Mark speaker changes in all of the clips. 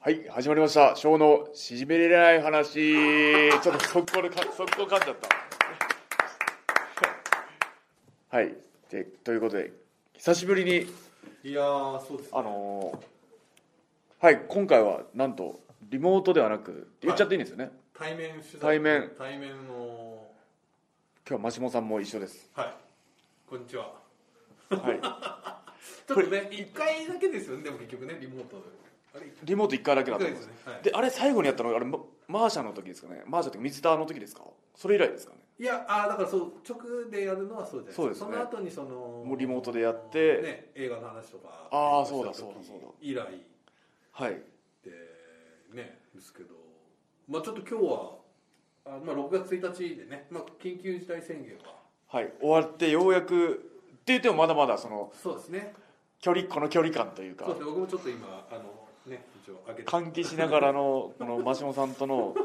Speaker 1: はい、始まりました。ショーのしびれない話。ちょっと速攻でか、速攻噛んじゃった。はい、で、ということで、久しぶりに、
Speaker 2: いやーそうですね
Speaker 1: あのーはい、今回はなんと、リモートではなく、言っちゃっていいんですよね。
Speaker 2: 対面取材
Speaker 1: 対面
Speaker 2: 対面の
Speaker 1: 今日はマシモさんも一緒です。
Speaker 2: はいこんにちは
Speaker 1: はい、
Speaker 2: ちょっとね一回だけですよねでも結局ねリモートであれ一
Speaker 1: リモート1回だけだった
Speaker 2: 回
Speaker 1: ん
Speaker 2: で
Speaker 1: ですす
Speaker 2: ね、はい、
Speaker 1: で、あれ最後にやったのが、あれ、ママーシャの時ですかね。マーシャというか、水田の時ですかそれ以来ですかね。
Speaker 2: いやあーだからそう直でやるのはそうじゃない
Speaker 1: そうですね
Speaker 2: の後にその
Speaker 1: もうリモートでやって
Speaker 2: ね、映画の話とか
Speaker 1: あーそうだ
Speaker 2: した時
Speaker 1: そうだそうだ
Speaker 2: 以来
Speaker 1: はい。
Speaker 2: でねですけどまあちょっと今日はあまあ6月1日でね、まあ、緊急事態宣言は
Speaker 1: はい、終わってようやくって言ってもまだまだその
Speaker 2: そうですね
Speaker 1: 距離この距離感という
Speaker 2: そうで
Speaker 1: か
Speaker 2: すね僕もちょっと今あのね一応開けて
Speaker 1: 換気しながら のこの真下さんとの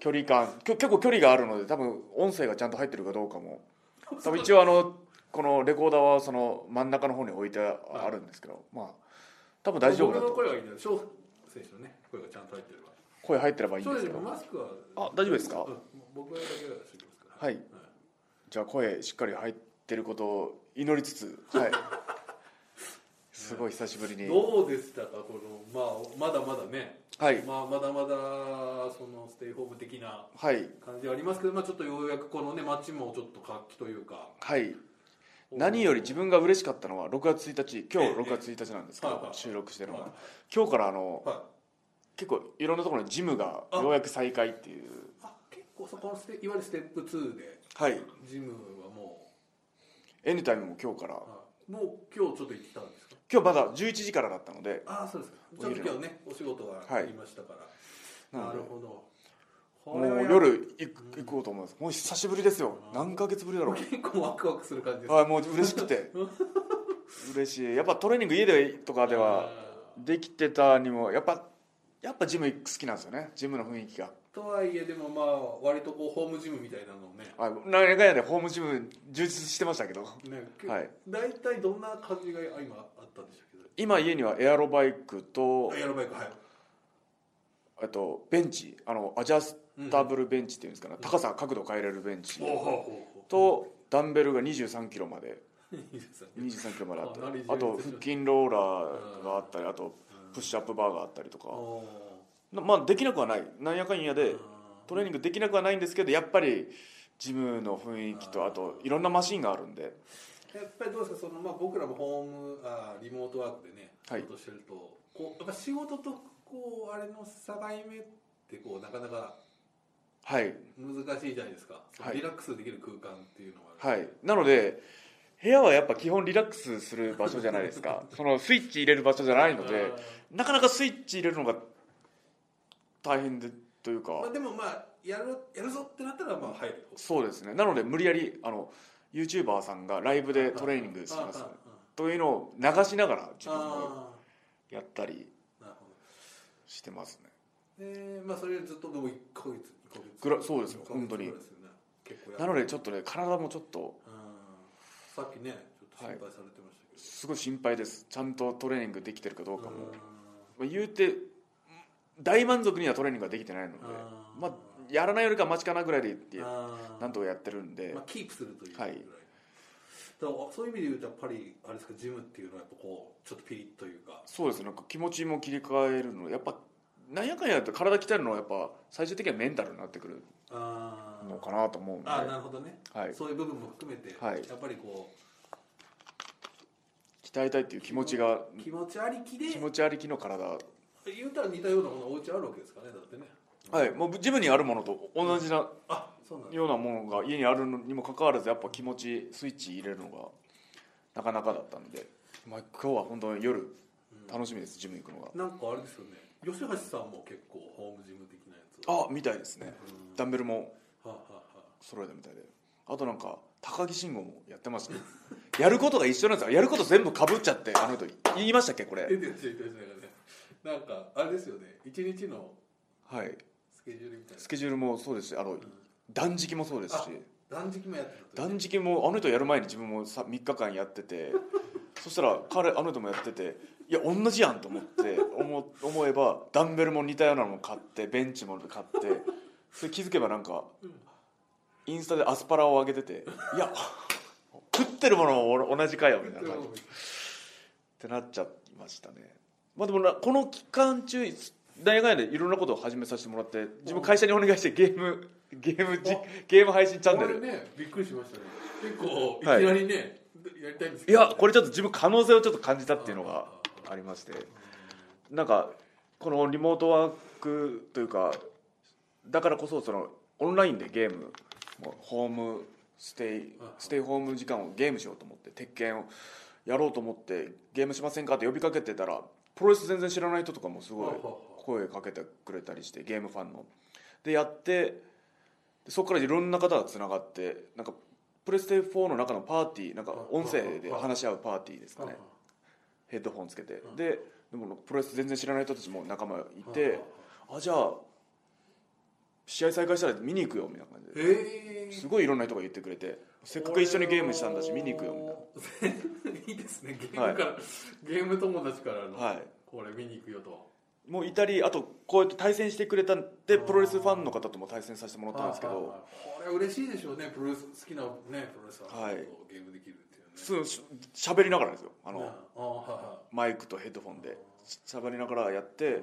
Speaker 1: 距離感きょ結構距離があるので多分音声がちゃんと入ってるかどうかも多分一応あのこのレコーダーはその真ん中の方に置いてあるんですけど、まあ多分大丈夫だ
Speaker 2: 僕
Speaker 1: と
Speaker 2: の声はいいんだよ翔選手のね声がちゃんと入ってるわ
Speaker 1: 声入ってればいいん
Speaker 2: 翔
Speaker 1: です
Speaker 2: 選
Speaker 1: け
Speaker 2: 手の
Speaker 1: ど
Speaker 2: マスクは
Speaker 1: あ大丈夫ですか
Speaker 2: うん僕だけはしてきますから
Speaker 1: はいじゃあ声しっかり入ってることを祈りつつはい すごい久しぶりに
Speaker 2: どうでしたかこの、まあ、まだまだね、
Speaker 1: はい
Speaker 2: まあ、まだまだそのステイホーム的な
Speaker 1: はい
Speaker 2: 感じはありますけど、まあ、ちょっとようやくこのね街もちょっと活気というか
Speaker 1: はい何より自分が嬉しかったのは6月1日今日
Speaker 2: ええ
Speaker 1: 6月1日なんですけ
Speaker 2: はい
Speaker 1: ど
Speaker 2: はい
Speaker 1: 収録してるの
Speaker 2: は
Speaker 1: は今日からあの
Speaker 2: いはい
Speaker 1: 結構いろんなところにジムがようやく再開っていう
Speaker 2: あ結構そこのステいわゆるステップ2で
Speaker 1: はい
Speaker 2: ジムはも
Speaker 1: N タイムも今日から
Speaker 2: う、はいもう今日ちょっと行ってたんですか
Speaker 1: 今日まだ11時からだったので
Speaker 2: ああそうですかち
Speaker 1: お
Speaker 2: ょっ
Speaker 1: 昼の
Speaker 2: と今日ねお仕事がありましたから、
Speaker 1: な
Speaker 2: な
Speaker 1: ので
Speaker 2: るほどこれは
Speaker 1: も
Speaker 2: や
Speaker 1: う夜行く行こうと思いますもう久しぶりですよ
Speaker 2: うん
Speaker 1: 何ヶ月ぶりだろう
Speaker 2: 結構ワクワクする感じです
Speaker 1: はいもう嬉しく て嬉しいやっぱトレーニング家でとかではできてたにもやっぱやっぱジム好きなんですよねジムの雰囲気が
Speaker 2: とはいえでもまあ割とこうホームジムみたいなのをね
Speaker 1: はいなんやかんやでホームジム充実してましたけど
Speaker 2: ね、
Speaker 1: はい
Speaker 2: 大体どんな感じがあ今あったんでしたっけ
Speaker 1: 今家にはエアロバイクと
Speaker 2: どエアロバイクはい、
Speaker 1: あとベンチあのアジャス
Speaker 2: うん
Speaker 1: タブルベンチっていうんですかね、高さ角度変えれるベンチ
Speaker 2: おお
Speaker 1: とダンベルが2 3キロまで
Speaker 2: いいですね
Speaker 1: 2 3キロまであった
Speaker 2: かなり充実
Speaker 1: あと腹筋ローラーがあったりあと
Speaker 2: うん
Speaker 1: プッシュアップバーがあったりと
Speaker 2: お
Speaker 1: か、
Speaker 2: お
Speaker 1: なまあできなくはないなんやかんやでトレーニングできなくはないんですけどやっぱりジムの雰囲気とあといろんなマシンがあるんで
Speaker 2: やっぱりどうですかその、まあ、僕らもホームあーリモートワークでね
Speaker 1: はい
Speaker 2: 仕事してると、こうやっぱ仕事とこうあれの境目ってこうなかなか
Speaker 1: はい
Speaker 2: 難しいじゃないですか、その
Speaker 1: はい
Speaker 2: リラックスできる空間っていうのは、
Speaker 1: はい、なので部屋はやっぱ基本リラックスする場所じゃないです かそのスイッチ入れる場所じゃないので
Speaker 2: あー
Speaker 1: なかなかスイッチ入れるのが大変でという
Speaker 2: まあ、
Speaker 1: か
Speaker 2: でもまあやるやるぞってなったらまあ入る
Speaker 1: そうですねなので無理やりあの YouTuber さんがライブでトレーニングしますというのを流しながら自
Speaker 2: あ
Speaker 1: 分
Speaker 2: ああ
Speaker 1: もやったり
Speaker 2: あなるほど
Speaker 1: してますね
Speaker 2: えーまあそれずっとでも1ヶ月2ヶ月
Speaker 1: ぐらそうですよ
Speaker 2: 一ヶ月
Speaker 1: 本当に
Speaker 2: ぐらいですよね結構や
Speaker 1: な
Speaker 2: る
Speaker 1: のでちょっとね体もちょっと
Speaker 2: うんさっきねちょっと心配されてましたけど、
Speaker 1: すごい心配ですちゃんとトレーニングできてるかどうかも、
Speaker 2: う
Speaker 1: ま
Speaker 2: ん
Speaker 1: あ、言うて大満足にはトレーニングができてないので
Speaker 2: あー
Speaker 1: まあやらないよりかマシかなぐらいでいって
Speaker 2: あー
Speaker 1: なんとかやってるんで、
Speaker 2: まあ、キープするというぐ
Speaker 1: は
Speaker 2: らい、
Speaker 1: い
Speaker 2: だからそういう意味で言うとやっぱりあれですかジムっていうのはやっぱこうちょっとピリッというか
Speaker 1: そうですねなんか気持ちも切り替えるのやっぱなんやかんやって体鍛えるのはやっぱ最終的にはメンタルになってくる
Speaker 2: あー
Speaker 1: のかなと思うんで、
Speaker 2: あー
Speaker 1: は
Speaker 2: なるほどね、
Speaker 1: い、
Speaker 2: そういう部分も含めて、
Speaker 1: はい
Speaker 2: やっぱりこう
Speaker 1: 鍛えたいっていう気持ちが
Speaker 2: 気持ちありきで
Speaker 1: 気持ちありきの体は
Speaker 2: 言うたら似たようなものお家あるわけですかねだってね
Speaker 1: いもうジムにあるものと同じな
Speaker 2: あそうなんだ
Speaker 1: ようなものが家にあるのにもかかわらずやっぱ気持ちスイッチ入れるのがなかなかだったんで、まあ、今日は本当に夜楽しみですジム行くのが
Speaker 2: なんかあれですよね吉橋さんも結構ホームジム的なやつを
Speaker 1: あみたいですねダンベルも
Speaker 2: はあはあは
Speaker 1: 揃えたみたいであとなんか高木慎吾もやってましたね やることが一緒なんですよやること全部かぶっちゃってあの人言いましたっけこ
Speaker 2: あ
Speaker 1: れ
Speaker 2: 出てるし出てるしなんかねなんかあれですよね一日の
Speaker 1: はい
Speaker 2: スケジュールみたいな
Speaker 1: スケジュールもそうですしあの断食もそうですし
Speaker 2: あ断食もやってた
Speaker 1: 断食もあの人やる前に自分もさ3日間やっててそしたら彼あの人もやってていや同じやんと思って思思えばダンベルも似たようなのを買ってベンチも買ってそれ気づけばなんかインスタでアスパラを上げてていや食ってるものも同じかよみたいな感じってなっちゃいましたねまあでもなこの期間中大学内でいろんなことを始めさせてもらって自分会社にお願いしてゲームゲームじ
Speaker 2: あ
Speaker 1: ゲーム配信チャンネ
Speaker 2: こ
Speaker 1: ル
Speaker 2: れねびっくりしましたね結構いき
Speaker 1: は
Speaker 2: ないりね、やりたいんです
Speaker 1: い
Speaker 2: けど
Speaker 1: やこれちょっと自分可能性をちょっと感じたっていうのがありましてなんかこのリモートワークというかだからこそそのオンラインでゲームもうホームステイ
Speaker 2: ああ
Speaker 1: ステイホーム時間をゲームしようと思って鉄拳をやろうと思ってゲームしませんかって呼びかけてたらプロレス全然知らない人とかもすごい
Speaker 2: ああああ
Speaker 1: 声かけてくれたりしてゲームファンの。でやってでそこからいろんな方がつながってなんかプレステ4の中のパーティーなんか音声で話し合うパーティーですかねヘッドホンつけて
Speaker 2: ん
Speaker 1: ででもプロレス全然知らない人たちも仲間いてあじゃあ試合再開したら見に行くよみたいな感じで
Speaker 2: ええ
Speaker 1: すごいいろんな人が言ってくれてせっかく一緒にゲームしたんだし見に行くよみたい
Speaker 2: たいな いいですねゲームから、ゲーム友達からの、
Speaker 1: なはい
Speaker 2: これ見に行くよと
Speaker 1: もういたりあとこうやって対戦してくれたんで
Speaker 2: あー
Speaker 1: プロレスファンの方とも対戦させてもらったんですけ
Speaker 2: はいはい
Speaker 1: ど
Speaker 2: はいこれ嬉しいでしょうねプロレス好きなねプロレスは、
Speaker 1: はい
Speaker 2: ゲームできるっていうね
Speaker 1: 普通のしゃべりながらですよあ
Speaker 2: ね
Speaker 1: の
Speaker 2: ああは
Speaker 1: マイクとヘッドホンでししゃべりながらやっ
Speaker 2: いは
Speaker 1: て
Speaker 2: い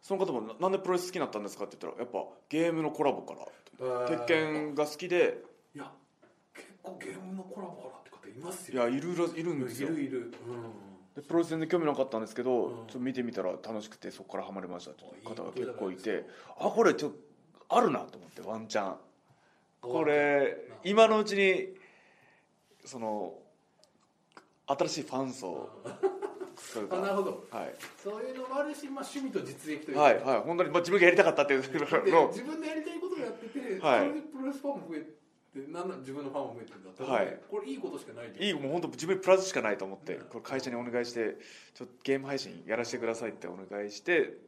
Speaker 1: その方もな「なんでプロレス好きになったんですか?」って言ったら「やっぱゲームのコラボから」
Speaker 2: うん
Speaker 1: 鉄拳が好きで
Speaker 2: いや結構ゲームのコラボからって方います
Speaker 1: い
Speaker 2: よ
Speaker 1: やいるらいる
Speaker 2: い
Speaker 1: んですよ
Speaker 2: るいる、
Speaker 1: でプロレス全然興味なかったんですけど、
Speaker 2: うん
Speaker 1: ちょっと見てみたら楽しくてそこからハマりましたっていう方が結構い
Speaker 2: いい
Speaker 1: てあこれちょっとあるなと思ってワンチャン
Speaker 2: うん、
Speaker 1: これ今のうちにその新しいファン 層という
Speaker 2: あなる
Speaker 1: か
Speaker 2: ほど
Speaker 1: はい
Speaker 2: そういうのもあるし、まあ、趣味と実益というか、
Speaker 1: はいはい本当に、まあ、自分がやりたかったっていう
Speaker 2: で
Speaker 1: のを
Speaker 2: 自分でやりたいことをやってて、
Speaker 1: はい
Speaker 2: それでプロレスファンも増えてなんなら自分のファンも増えてるんだったら、
Speaker 1: はい
Speaker 2: これいいことしかない
Speaker 1: いい
Speaker 2: い
Speaker 1: もう本当自分にプラスしかないと思ってこれ会社にお願いしてちょっとゲーム配信やらせてくださいってお願いして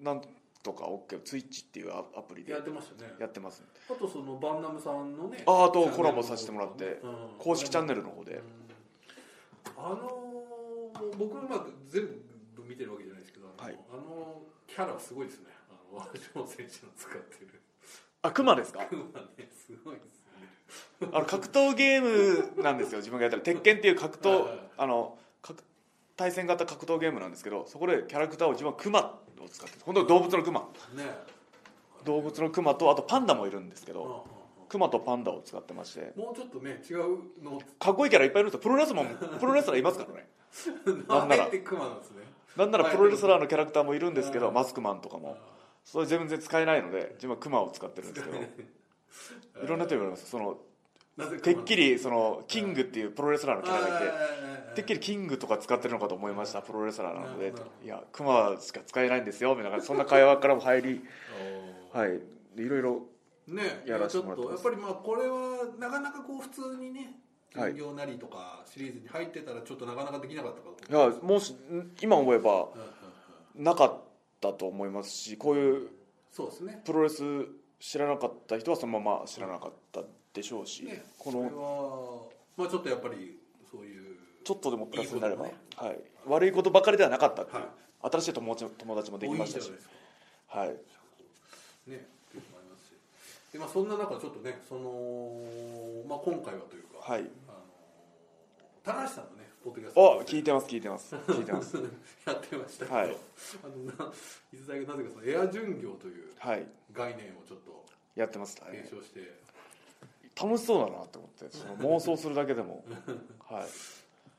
Speaker 1: なんとか OK ツイッチっていうアアプリで
Speaker 2: やってましたね
Speaker 1: やってます
Speaker 2: あとそのバンナムさんのね
Speaker 1: ああと
Speaker 2: チャンネ
Speaker 1: コ
Speaker 2: ル
Speaker 1: ラボさせてもらって
Speaker 2: うん
Speaker 1: 公式チャンネルの方
Speaker 2: うん
Speaker 1: で
Speaker 2: あのー僕はまあ全部見てるわけじゃないですけど、あの
Speaker 1: はい
Speaker 2: あのキャラはすごいですねあの私も選手の使ってる
Speaker 1: あクマですか
Speaker 2: クマねすごいですね
Speaker 1: あの格闘ゲームなんですよ自分がやってる鉄拳っていう格闘
Speaker 2: はいはい
Speaker 1: あの格対戦型格闘ゲームなんですけどそこでキャラクターを自分はクマを使って本当に動物のクマ
Speaker 2: ね
Speaker 1: 動物のクマとあとパンダもいるんですけ
Speaker 2: うんうん
Speaker 1: ど
Speaker 2: うん
Speaker 1: クマとパンダを使ってまして
Speaker 2: もうちょっとね違うの
Speaker 1: かっこいいキャラいっぱいいるんですよプロレスもプロレスラーいますからねなん なら
Speaker 2: あえてクマなんですね
Speaker 1: なんならプロレスラーのキャラクターもいるんですけど
Speaker 2: はい
Speaker 1: マスクマンとかもそれ全然使えないので自分はクマを使ってるんですけどいろんな人に言われますその
Speaker 2: なぜ
Speaker 1: てっき
Speaker 2: り
Speaker 1: りそのキングっていうプロレスラーのキャラがいててっき
Speaker 2: り
Speaker 1: りキングとか使ってるのかと思いましたプロレスラーなので
Speaker 2: なるほど
Speaker 1: いやクマしか使えないんですよみたいなそんな会話からも入 りはいでいろいろ
Speaker 2: ね
Speaker 1: やらせてもらって
Speaker 2: ちょ
Speaker 1: ま
Speaker 2: っ
Speaker 1: す
Speaker 2: とやっぱりまあこれはなかなかこう普通にね
Speaker 1: はい
Speaker 2: 金魚なりとかシリーズに入ってたらちょっとなかなかできなかったか
Speaker 1: い
Speaker 2: ら
Speaker 1: やもし今思えば
Speaker 2: うんうんうん
Speaker 1: なかったと思いますしこういう
Speaker 2: そうですね
Speaker 1: プロレス知らなかった人はそのまま知らなかったでしょうし
Speaker 2: ね
Speaker 1: こ
Speaker 2: これ
Speaker 1: の
Speaker 2: はまあちょっとやっぱりそういう
Speaker 1: ちょっとでもプラスになれば
Speaker 2: いいこ
Speaker 1: はい、悪いことばかりではなかったっていう、
Speaker 2: は
Speaker 1: 新しい友達友達もできました
Speaker 2: 多い
Speaker 1: し
Speaker 2: んじゃないですか
Speaker 1: はい
Speaker 2: ねっていうのもありますしでまあそんな中ちょっとねそのまあ今回はというか
Speaker 1: はい
Speaker 2: あの高橋さんのねポッドキャスト
Speaker 1: あ聞いてます聞いてます聞いてます
Speaker 2: やってましたけど、
Speaker 1: はい
Speaker 2: あのな伊豆大学なぜかそのエア巡業という
Speaker 1: はい
Speaker 2: 概念をちょっと
Speaker 1: やってます、はい
Speaker 2: 提唱して、
Speaker 1: 楽しそうだなと思ってその妄想するだけで もは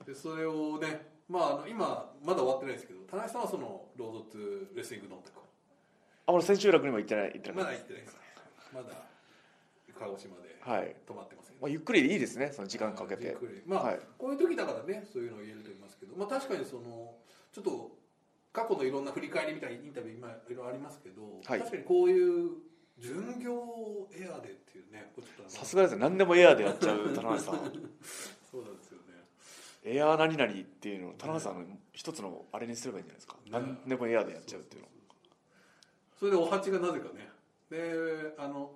Speaker 1: い
Speaker 2: でそれをね、まあ、あの今まだ終わってないですけど田中さんはそのロードトゥレスリングノンテコ
Speaker 1: あ俺千秋楽にも行ってない行って
Speaker 2: ま
Speaker 1: な
Speaker 2: だ
Speaker 1: い、
Speaker 2: 行ってないですねまだ鹿児島で
Speaker 1: はい、
Speaker 2: 泊まってません、
Speaker 1: まあ、ゆっくりでいいですねその時間かけ
Speaker 2: ゆってくりまあ、
Speaker 1: はい
Speaker 2: こういう時だからねそういうのを言えると思いますけど、まあ、確かにそのちょっと過去のいろんな振り返りみたいなインタビュー今いろいろありますけど、
Speaker 1: はい
Speaker 2: 確かにこういう巡業エアでっていうねこれちょっとあの
Speaker 1: さすがですね何でもエアーでやっちゃう田中さん
Speaker 2: そうなんですよね
Speaker 1: エアー何々っていうのを田中さんの一つのあれにすればいいんじゃないですか、何でもエアーでやっちゃうっていうの
Speaker 2: それでお鉢がなぜかねであの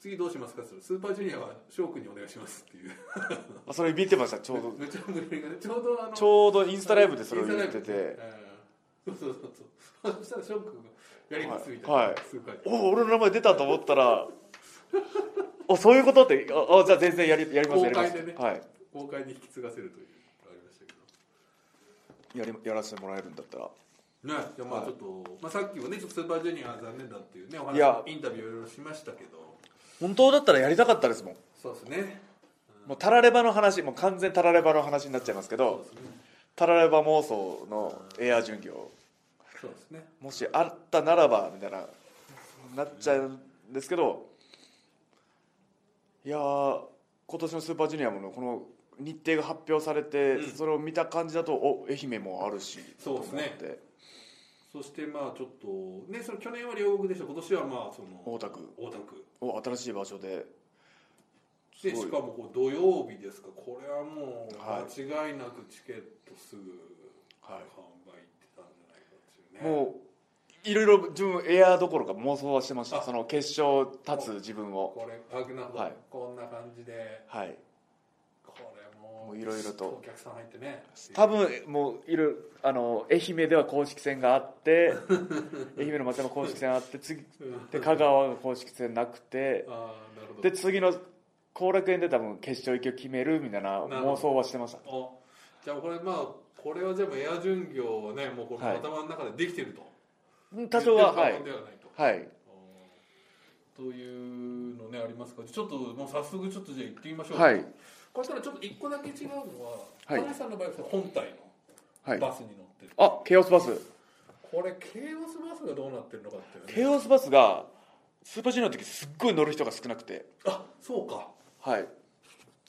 Speaker 2: 次どうしますかって言ったらスーパージュニアは翔くんにお願いしますっていう
Speaker 1: まあ、それ見てましたちょうど
Speaker 2: めっちゃ無理がねちょうどあの
Speaker 1: ちょうどインスタライブでそれを言
Speaker 2: イン
Speaker 1: っ
Speaker 2: スタ
Speaker 1: て
Speaker 2: ライブでね
Speaker 1: て
Speaker 2: うんそうそうそうそしたらショックがやりますみたいな、
Speaker 1: はいはい
Speaker 2: 数回
Speaker 1: お俺の名前出たと思ったら おそういうことってああじゃあ全然やりやりますやります、
Speaker 2: 公開でね
Speaker 1: はい
Speaker 2: 公開に引き継がせるというのがありましたけど
Speaker 1: やりやらせてもらえるんだったら
Speaker 2: ね、じゃあまあ
Speaker 1: はい
Speaker 2: ちょっと、まあさっきもねちょっとスーパージュニアは残念だっていうねお
Speaker 1: いや
Speaker 2: 話インタビューいろいろしましたけど
Speaker 1: 本当だったらやりたかったですもん
Speaker 2: そうですね
Speaker 1: もうタラレバの話もう完全タラレバの話になっちゃいますけ
Speaker 2: そう
Speaker 1: ど
Speaker 2: ですね
Speaker 1: タラレバ妄想のエアー巡業
Speaker 2: そうですね
Speaker 1: もしあったならばみたいななっちゃうんですけどいやー今年のスーパージュニアもねこの日程が発表されて、
Speaker 2: うん
Speaker 1: それを見た感じだとお愛媛もあるし
Speaker 2: そうですね
Speaker 1: と思って
Speaker 2: そしてまあちょっとねその去年は両国でした今年はまあその
Speaker 1: 大田区
Speaker 2: 大田区
Speaker 1: お新しい場所です
Speaker 2: です
Speaker 1: ごい
Speaker 2: しかもこう土曜日ですかこれはもう
Speaker 1: はい
Speaker 2: 間違いなくチケットすぐ
Speaker 1: は
Speaker 2: 完
Speaker 1: い
Speaker 2: 売ってたんじゃないかっていうね
Speaker 1: もういろいろ自分エアーどころか妄想はしてました
Speaker 2: あ
Speaker 1: その決勝立つ自分を
Speaker 2: これあなるほど、
Speaker 1: はい
Speaker 2: こんな感じで
Speaker 1: はい
Speaker 2: これも
Speaker 1: もういろいろと
Speaker 2: お客さん入ってね
Speaker 1: 多分もういるあの愛媛では公式戦があって 愛媛の松山公式戦あって次
Speaker 2: うん
Speaker 1: で香川が公式戦なくて
Speaker 2: ああなるほど
Speaker 1: で次の後楽園で多分決勝行きを決めるみたいな
Speaker 2: なるほど
Speaker 1: 妄想はしてました
Speaker 2: あじゃあこれまあこれはじゃあもうエア巡業はねもうこの
Speaker 1: はい
Speaker 2: 頭の中でできてると、
Speaker 1: うん多少はは
Speaker 2: 言っ
Speaker 1: い
Speaker 2: ても過言ではないと、
Speaker 1: はい
Speaker 2: というのねありますかちょっともう早速ちょっとじゃあ行ってみましょうか
Speaker 1: はい
Speaker 2: これたらちょっと一個だけ違うのは
Speaker 1: はい
Speaker 2: 田中さんの場合は本体
Speaker 1: は
Speaker 2: の
Speaker 1: い
Speaker 2: バスに乗ってる、
Speaker 1: あケイオスバス
Speaker 2: これケイオスバスがどうなってるのかっていう
Speaker 1: ケ
Speaker 2: ね
Speaker 1: イオスバスがスーパージュニアの時すっごい乗る人が少なくて
Speaker 2: あそうか
Speaker 1: はい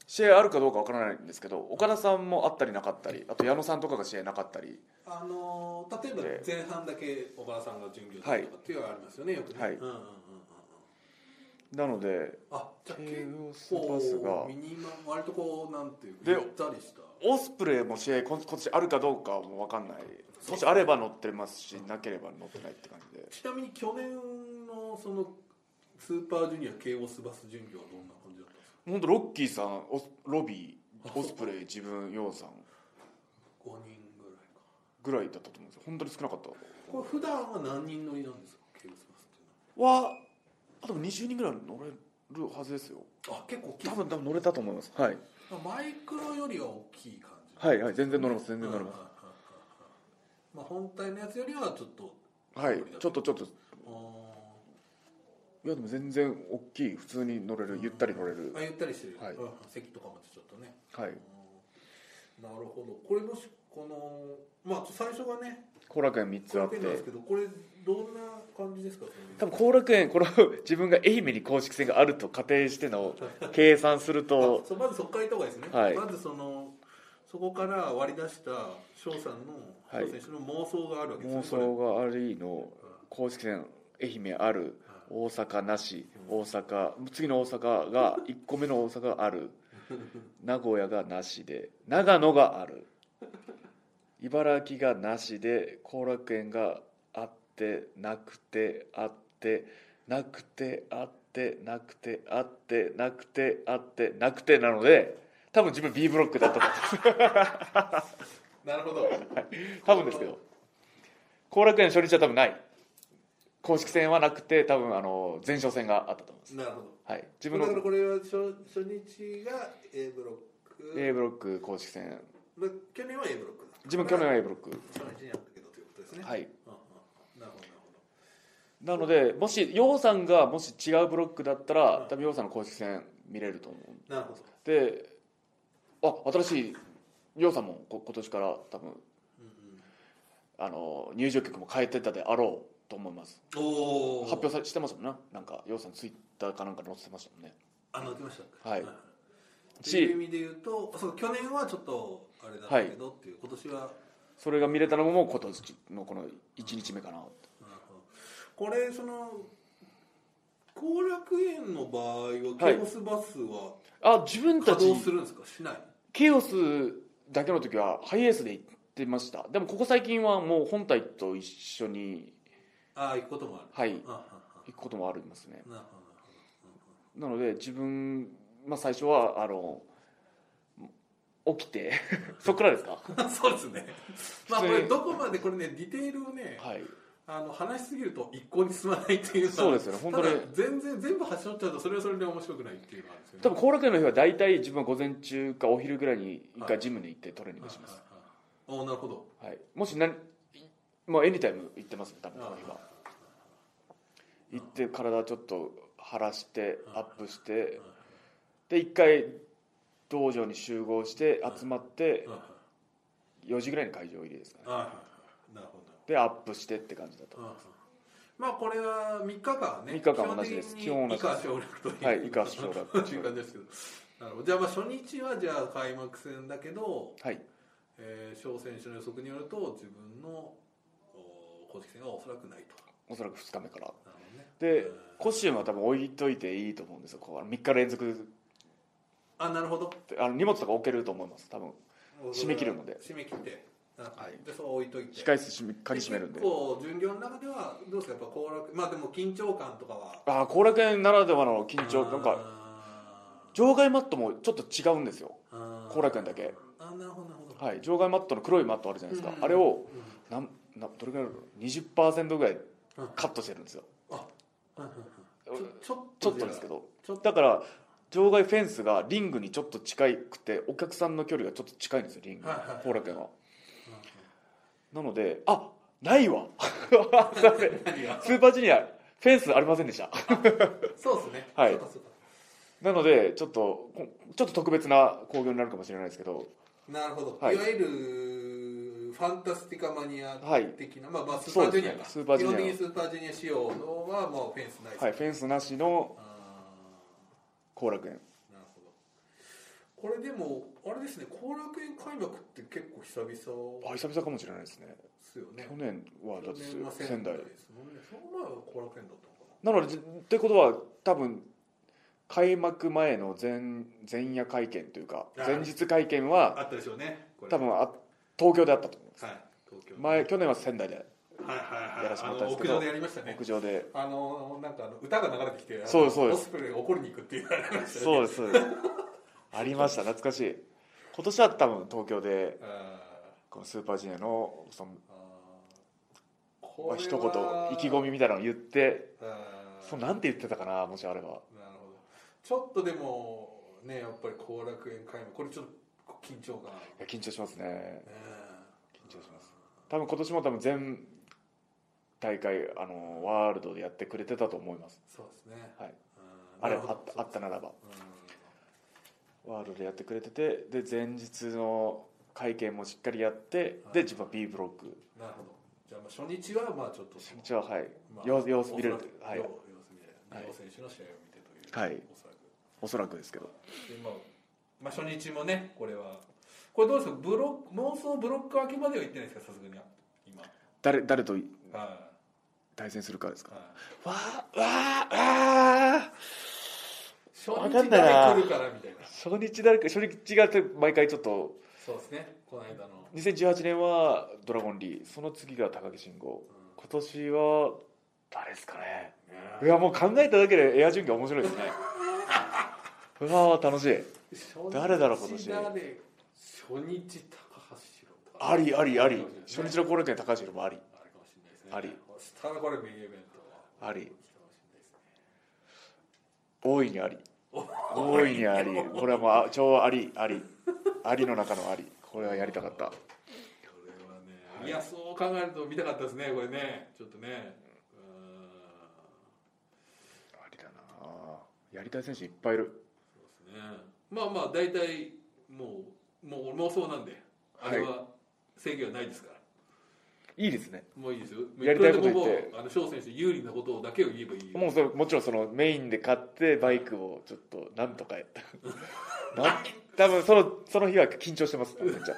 Speaker 1: 試合あるかどうかわからないんですけど岡田さんもあったりなかったりあと矢野さんとかが試合なかったり
Speaker 2: あのー例えば
Speaker 1: で
Speaker 2: 前半だけ小川さんが巡業するとかっていうのがありますよねよくね、
Speaker 1: はい
Speaker 2: うんうんうんうんうん
Speaker 1: なので
Speaker 2: あじゃあ
Speaker 1: ケイ
Speaker 2: 結
Speaker 1: オス
Speaker 2: 構
Speaker 1: バスが
Speaker 2: ミニマム割とこうなんていうか
Speaker 1: で
Speaker 2: ゆったりした
Speaker 1: オスプレイも試合こん今年あるかどうかも分かんないもしあれば乗ってますしなければ乗ってないって感じで
Speaker 2: ちなみに去年のそのスーパージュニアケイオスバス巡業はどんな感じだったんですか
Speaker 1: 本当ロッキーさんオスロビ
Speaker 2: あ
Speaker 1: ーオスプレイ自分ヨウさん
Speaker 2: 5人ぐらいか
Speaker 1: ぐらいだったと思うんですよ本当に少なかった
Speaker 2: これ普段は何人乗りなんですかケイオスバスっていう
Speaker 1: はあと20人ぐらい乗れるはずですよ
Speaker 2: のはあ結構大きい
Speaker 1: 多分多分乗れたと思いますはい
Speaker 2: マイクロよりは大きい感じ
Speaker 1: はいはい全然乗れます全然乗れます
Speaker 2: うんうんうんうんまあ本体のやつよりはちょっと
Speaker 1: はいちょっとちょっと
Speaker 2: あ
Speaker 1: いやでも全然大きい普通に乗れるゆったり乗れる
Speaker 2: ーあゆったりしてる、
Speaker 1: はい
Speaker 2: うんうん席とかもちょっとね
Speaker 1: はい
Speaker 2: うんなるほどこれもしこのまあ最初がね
Speaker 1: 後楽園3つあっ
Speaker 2: 500円なんで
Speaker 1: て
Speaker 2: すけどこれどんな感じですかその
Speaker 1: 多分後楽園これを 自分が愛媛に公式戦があると仮定しての計算する
Speaker 2: あ
Speaker 1: と
Speaker 2: そうまずそこからいった方がいいですね、
Speaker 1: はい
Speaker 2: まずそのそこから割り出した翔さんの
Speaker 1: はい
Speaker 2: 翔選手の妄想があるわけ
Speaker 1: 妄
Speaker 2: ですね、これ
Speaker 1: 想がありの公式戦愛媛ある大阪なし大阪次の大阪が1個目の大阪がある名古屋がなしで長野がある茨城がなしで後楽園があってなくてあってなくてあってなくてあってなくてあってなくてなので多分自分 B ブロックだったと思う
Speaker 2: なるほど
Speaker 1: 多分ですけど後楽園初日は多分ない公式戦はなくて多分あの前哨戦があったと思います、
Speaker 2: なるほど
Speaker 1: はい、自
Speaker 2: 自
Speaker 1: 分
Speaker 2: 分だから
Speaker 1: の
Speaker 2: これは初初日が A ブロック、
Speaker 1: A ブロック公式戦
Speaker 2: まあ去年は A ブロックだった
Speaker 1: 自分去年は A ブロック
Speaker 2: 初日にあったけどということですね、
Speaker 1: はいい
Speaker 2: うんうんなるほどなるほど
Speaker 1: なのでもし楊さんがもし違うブロックだった
Speaker 2: う
Speaker 1: ら
Speaker 2: ん
Speaker 1: 多分楊さんの公式戦見れると思う
Speaker 2: なるほど
Speaker 1: であ新しい楊さんもこ今年から多分あの入場曲も変えてたであろうと思います
Speaker 2: おお
Speaker 1: 発表さしてましたもんねなんか楊さんツイッターかなんかに載せてましたもんね
Speaker 2: あ載ってました
Speaker 1: はい
Speaker 2: という意味で言うとそう去年はちょっとあれだったけどっていう、今年は
Speaker 1: それが見れたのも今年のこの1日目かな
Speaker 2: なるほどこれその後楽園の場合は
Speaker 1: はい
Speaker 2: ケオスバスは
Speaker 1: あ自分た
Speaker 2: 稼
Speaker 1: ち
Speaker 2: 働するんですかしない
Speaker 1: ケイオスだけの時はハイエースで行ってましたでもここ最近はもう本体と一緒に
Speaker 2: ああ行くこともある
Speaker 1: はい
Speaker 2: ああ
Speaker 1: 行くこともありますね
Speaker 2: あなるほど
Speaker 1: なので自分、まあ、最初はあの起きて そっからですか
Speaker 2: そうですねまあこ
Speaker 1: 普通
Speaker 2: れ
Speaker 1: に
Speaker 2: どこまでこれねディテールをね
Speaker 1: はい
Speaker 2: あの話しすぎると一向に進まないっていうか
Speaker 1: そうですよね本当に
Speaker 2: ただ全然全部端折っちゃうとそれはそれで面白くないっていうのがあるんですよね
Speaker 1: 多分後楽園の日は大体自分は午前中かお昼ぐらいに一回ジムに行ってトレーニングします、
Speaker 2: はいはいはいあなるほど
Speaker 1: はいもし何まあエニタイム行ってますね多分
Speaker 2: あ
Speaker 1: この日は行って体ちょっと晴らしてアップしてで一回道場に集合して集まって
Speaker 2: はい
Speaker 1: 4時ぐらいに会場入りですかね
Speaker 2: はいはいなるほどなる
Speaker 1: でアップしてって感じだと
Speaker 2: ほどまあこれは3日間ね
Speaker 1: 三日間同じです
Speaker 2: 基本
Speaker 1: 基
Speaker 2: 的に以
Speaker 1: 本
Speaker 2: 下
Speaker 1: 同
Speaker 2: 省略という
Speaker 1: はい以下省略
Speaker 2: という感じですけどなるほどじゃあまあ初日はじゃあ開幕戦だけど
Speaker 1: はい
Speaker 2: えー翔選手の予測によると自分のお公式戦がおそらくないと
Speaker 1: おそらく2日目から
Speaker 2: なるほどね
Speaker 1: で
Speaker 2: うん
Speaker 1: コスチュームは多分置いといていいと思うんですよこう3日連続
Speaker 2: あなるほど
Speaker 1: であの荷物とか置けると思います多分締め切るので
Speaker 2: 締め切っては
Speaker 1: はい
Speaker 2: でそう置いといて
Speaker 1: 控え室閉め鍵閉めるんで
Speaker 2: 結構巡業の中ではどうですかやっぱ行楽まあでも緊張感とかは
Speaker 1: ああ後楽園ならではの緊張なんか
Speaker 2: か
Speaker 1: 場外マットもちょっと違うんですよ後
Speaker 2: 後
Speaker 1: 楽園だけ
Speaker 2: あなるほどなるほど
Speaker 1: はい場外マットの黒いマットあるじゃないですか、
Speaker 2: うん
Speaker 1: あれをなんなどれぐらいあるの20%ぐらい
Speaker 2: うん
Speaker 1: カットしてるんですよ
Speaker 2: うんうんうんうんちょっ
Speaker 1: ちょっとですけ
Speaker 2: ど
Speaker 1: ど
Speaker 2: ちょっと
Speaker 1: だから場外フェンスがリングにちょっと近くてお客さんの距離がちょっと近いんですよリング
Speaker 2: はいはいはい
Speaker 1: 後楽園は
Speaker 2: うんうん
Speaker 1: なのであないわ ダメ
Speaker 2: 何が
Speaker 1: スーパージュニアフェンスありませんでした
Speaker 2: そうですね
Speaker 1: はい
Speaker 2: そうかそうか
Speaker 1: なのでちょっとこちょっと特別な興行になるかもしれないですけど
Speaker 2: なるほど
Speaker 1: はい
Speaker 2: いわゆるファンタスティカマニア
Speaker 1: はい
Speaker 2: 的なまあまあスーパージュニアか
Speaker 1: そうですねスーパージュニア
Speaker 2: 基本的にスーパージュニア仕様のはもうフェンスないです
Speaker 1: はいフェンスなしの
Speaker 2: あー
Speaker 1: 後楽園
Speaker 2: なるほどこれでもあれですね後楽園開幕って結構久々です
Speaker 1: あ久々かもしれないですね
Speaker 2: よね
Speaker 1: 去年はだって
Speaker 2: 去年は
Speaker 1: 仙台
Speaker 2: ですもんねその前は後楽園だったのか
Speaker 1: なのでってことは多分開幕前の前前夜会見というか
Speaker 2: あ
Speaker 1: 前日会見は
Speaker 2: なあったでしょうねこれ
Speaker 1: 多分あ東京であったと思います
Speaker 2: はい東京
Speaker 1: 前去年は仙台で
Speaker 2: はいはい
Speaker 1: や
Speaker 2: は
Speaker 1: ら
Speaker 2: い
Speaker 1: せて
Speaker 2: あ
Speaker 1: もらったんで
Speaker 2: の
Speaker 1: す
Speaker 2: 屋
Speaker 1: けど
Speaker 2: 上でやりましたね
Speaker 1: 屋上で
Speaker 2: あのなんかあの歌が流れてきてあの
Speaker 1: そうですそうです
Speaker 2: オスプレイが怒りに行くっていうあれがありましたね
Speaker 1: そうですそうですありました懐かしい今年は多分東京で
Speaker 2: あ
Speaker 1: このスーパージュニアのその
Speaker 2: ーあーこれは
Speaker 1: 一言意気込みみたいなのを言って
Speaker 2: あー
Speaker 1: そうなんて言ってたかなもしあれば
Speaker 2: なるほどちょっとでもねやっぱり後楽園開幕これちょっと緊張感あ
Speaker 1: いや緊張しますね
Speaker 2: るね
Speaker 1: 緊張します多分今年も多分全大会あのワールドでやってくれてたと思います
Speaker 2: そうですね
Speaker 1: はい
Speaker 2: うん
Speaker 1: あれ
Speaker 2: な
Speaker 1: あ
Speaker 2: るほ
Speaker 1: っ
Speaker 2: ど
Speaker 1: たあったならば
Speaker 2: うん
Speaker 1: ワールドでやってくれててで前日の会見もしっかりやって
Speaker 2: はい
Speaker 1: で自分は B ブロック
Speaker 2: なるほどじゃあまあ初日はまあちょっと
Speaker 1: 初日ははい
Speaker 2: まあ
Speaker 1: 様子様子見れる
Speaker 2: おそらく
Speaker 1: はい
Speaker 2: 様子見れる
Speaker 1: はい
Speaker 2: 両選手の試合を見てという
Speaker 1: はい
Speaker 2: おそらく
Speaker 1: おそらくですけど
Speaker 2: でまあまあ初日もねこれはこれどうですかブロック妄想ブロック明けまでは行ってないですかさすがに今
Speaker 1: 誰誰と
Speaker 2: は
Speaker 1: 対戦するかです
Speaker 2: い
Speaker 1: か
Speaker 2: はい
Speaker 1: わーわーわー
Speaker 2: 初
Speaker 1: わか
Speaker 2: 日
Speaker 1: んないな
Speaker 2: 誰来るからみたいな
Speaker 1: 初日誰か初日が毎回ちょっと
Speaker 2: そうですねこの間の
Speaker 1: 2018年はドラゴンリーその次が高木慎吾
Speaker 2: う
Speaker 1: 今年は誰ですかね
Speaker 2: んね
Speaker 1: いやもう考えただけでエア準備面白い ですねうわー楽しい誰だろう今年
Speaker 2: 初日高橋宏とか
Speaker 1: ありありあり
Speaker 2: 初
Speaker 1: 初
Speaker 2: 日
Speaker 1: 日の後楽園高橋宏もあり
Speaker 2: あれかもしれないですね
Speaker 1: あり
Speaker 2: そしたらこれメインイベントは
Speaker 1: あり
Speaker 2: 来たか
Speaker 1: 大
Speaker 2: もしれないですね
Speaker 1: いにあり大いにありこれはもうあ超ありありありの中のありこれはやりたかった
Speaker 2: これはね、い、やそう考えると見たかったですねこれねちょっとねうん
Speaker 1: ありだなあやりたい選手いっぱいいる
Speaker 2: そうですねまあまあ大体もうもう妄想なんであれは制限はないですから、
Speaker 1: いいですね
Speaker 2: もういいですよ
Speaker 1: やりたいこと言って
Speaker 2: くらでももうあの翔選手有利なことだけを言えばいいよ
Speaker 1: もうそれもちろんそのメインで買ってバイクをちょっとなんとかやった なん多分そのその日は緊張してますめっちゃ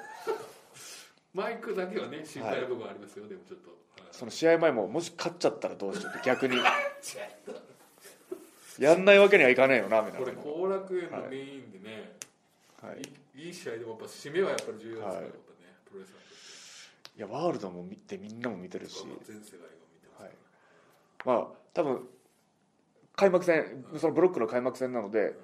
Speaker 2: マイクだけはね心配な部分ありますよ、でもちょっと、はい
Speaker 1: その試合前ももし勝っちゃったらどうしようって 逆にやんないわけにはいかないよなみたい
Speaker 2: こ
Speaker 1: な
Speaker 2: れ後楽園のメインでね、
Speaker 1: はい、
Speaker 2: いい、いい試合でもやっぱ締めはやっぱり重要ですから、
Speaker 1: はい
Speaker 2: やっぱねプロレス
Speaker 1: いやワールドも見てみんなも見てるし
Speaker 2: ラー全世代が見てますから、
Speaker 1: はいまあ多分開幕戦そのブロックの開幕戦なので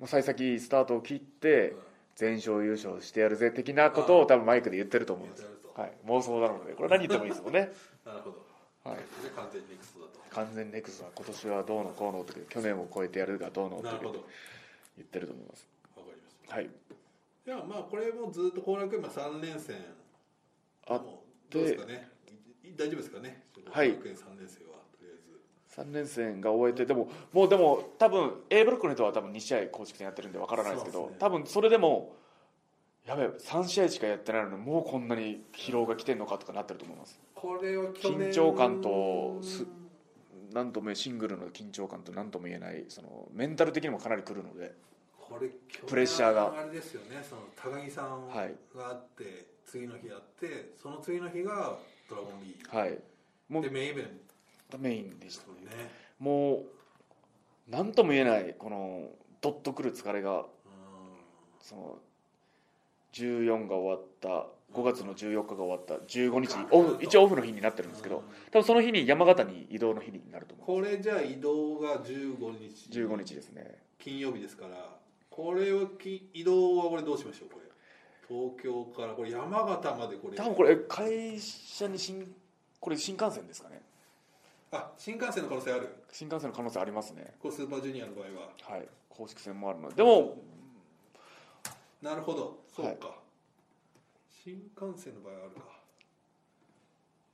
Speaker 1: もう幸先いいスタートを切って
Speaker 2: うん
Speaker 1: 全勝優勝してやるぜ的なことを多分マイクで言ってると思うんです
Speaker 2: 言ってると
Speaker 1: はい、妄想なのでこれ何言ってもいいですも んね、
Speaker 2: なるほど
Speaker 1: はい、
Speaker 2: で完全にエクストだと
Speaker 1: 完全ネクスは今年はどうのこうのとか去年を超えてやるがどうのと
Speaker 2: な
Speaker 1: か
Speaker 2: るほどわか
Speaker 1: 言ってると思います
Speaker 2: りまし
Speaker 1: はい
Speaker 2: たいやまあこれもずっと後楽園3連戦
Speaker 1: あ
Speaker 2: もうどうですかねいい大丈夫ですかね
Speaker 1: はい
Speaker 2: 後楽園3連戦はとりあえず
Speaker 1: 3連戦が終えてでももうでも多分 A ブロックの人は多分2試合公式戦やってるんでわからないですけど
Speaker 2: そうですね
Speaker 1: 多分それでもやべえ3試合しかやってないのにもうこんなに疲労が来てんのかとかなってると思います
Speaker 2: これは去年
Speaker 1: 緊張感とす何とも言えシングルの緊張感と何とも言えないそのメンタル的にもかなり来るので
Speaker 2: これ去年
Speaker 1: プレッシャーが
Speaker 2: あれですよねその高木さん
Speaker 1: はい
Speaker 2: があって、次の日やってその次の日がドラゴンリー
Speaker 1: はいも
Speaker 2: グで
Speaker 1: う
Speaker 2: メインイベン
Speaker 1: メインでした
Speaker 2: ト
Speaker 1: ね
Speaker 2: ですね
Speaker 1: もう何とも言えないこのドッとくる疲れが
Speaker 2: う
Speaker 1: その14が終わった5月の14日が終わった15日オフ一応オフの日になってるんですけど多分その日に山形に移動の日になると
Speaker 2: ん
Speaker 1: 思う
Speaker 2: これじゃあ移動が15日
Speaker 1: 15日ですね
Speaker 2: 金曜日ですからこれをき移動はこれどうしましょうこれ東京からこれ山形までこれ
Speaker 1: 多分これ会社に新これ新幹線ですかね
Speaker 2: あ新幹線の可能性ある
Speaker 1: 新幹線の可能性ありますね
Speaker 2: これスーパージュニアの場合は
Speaker 1: はい公式戦もあるのででも
Speaker 2: なるほどそう
Speaker 1: はい
Speaker 2: か、新幹線の場合はあるか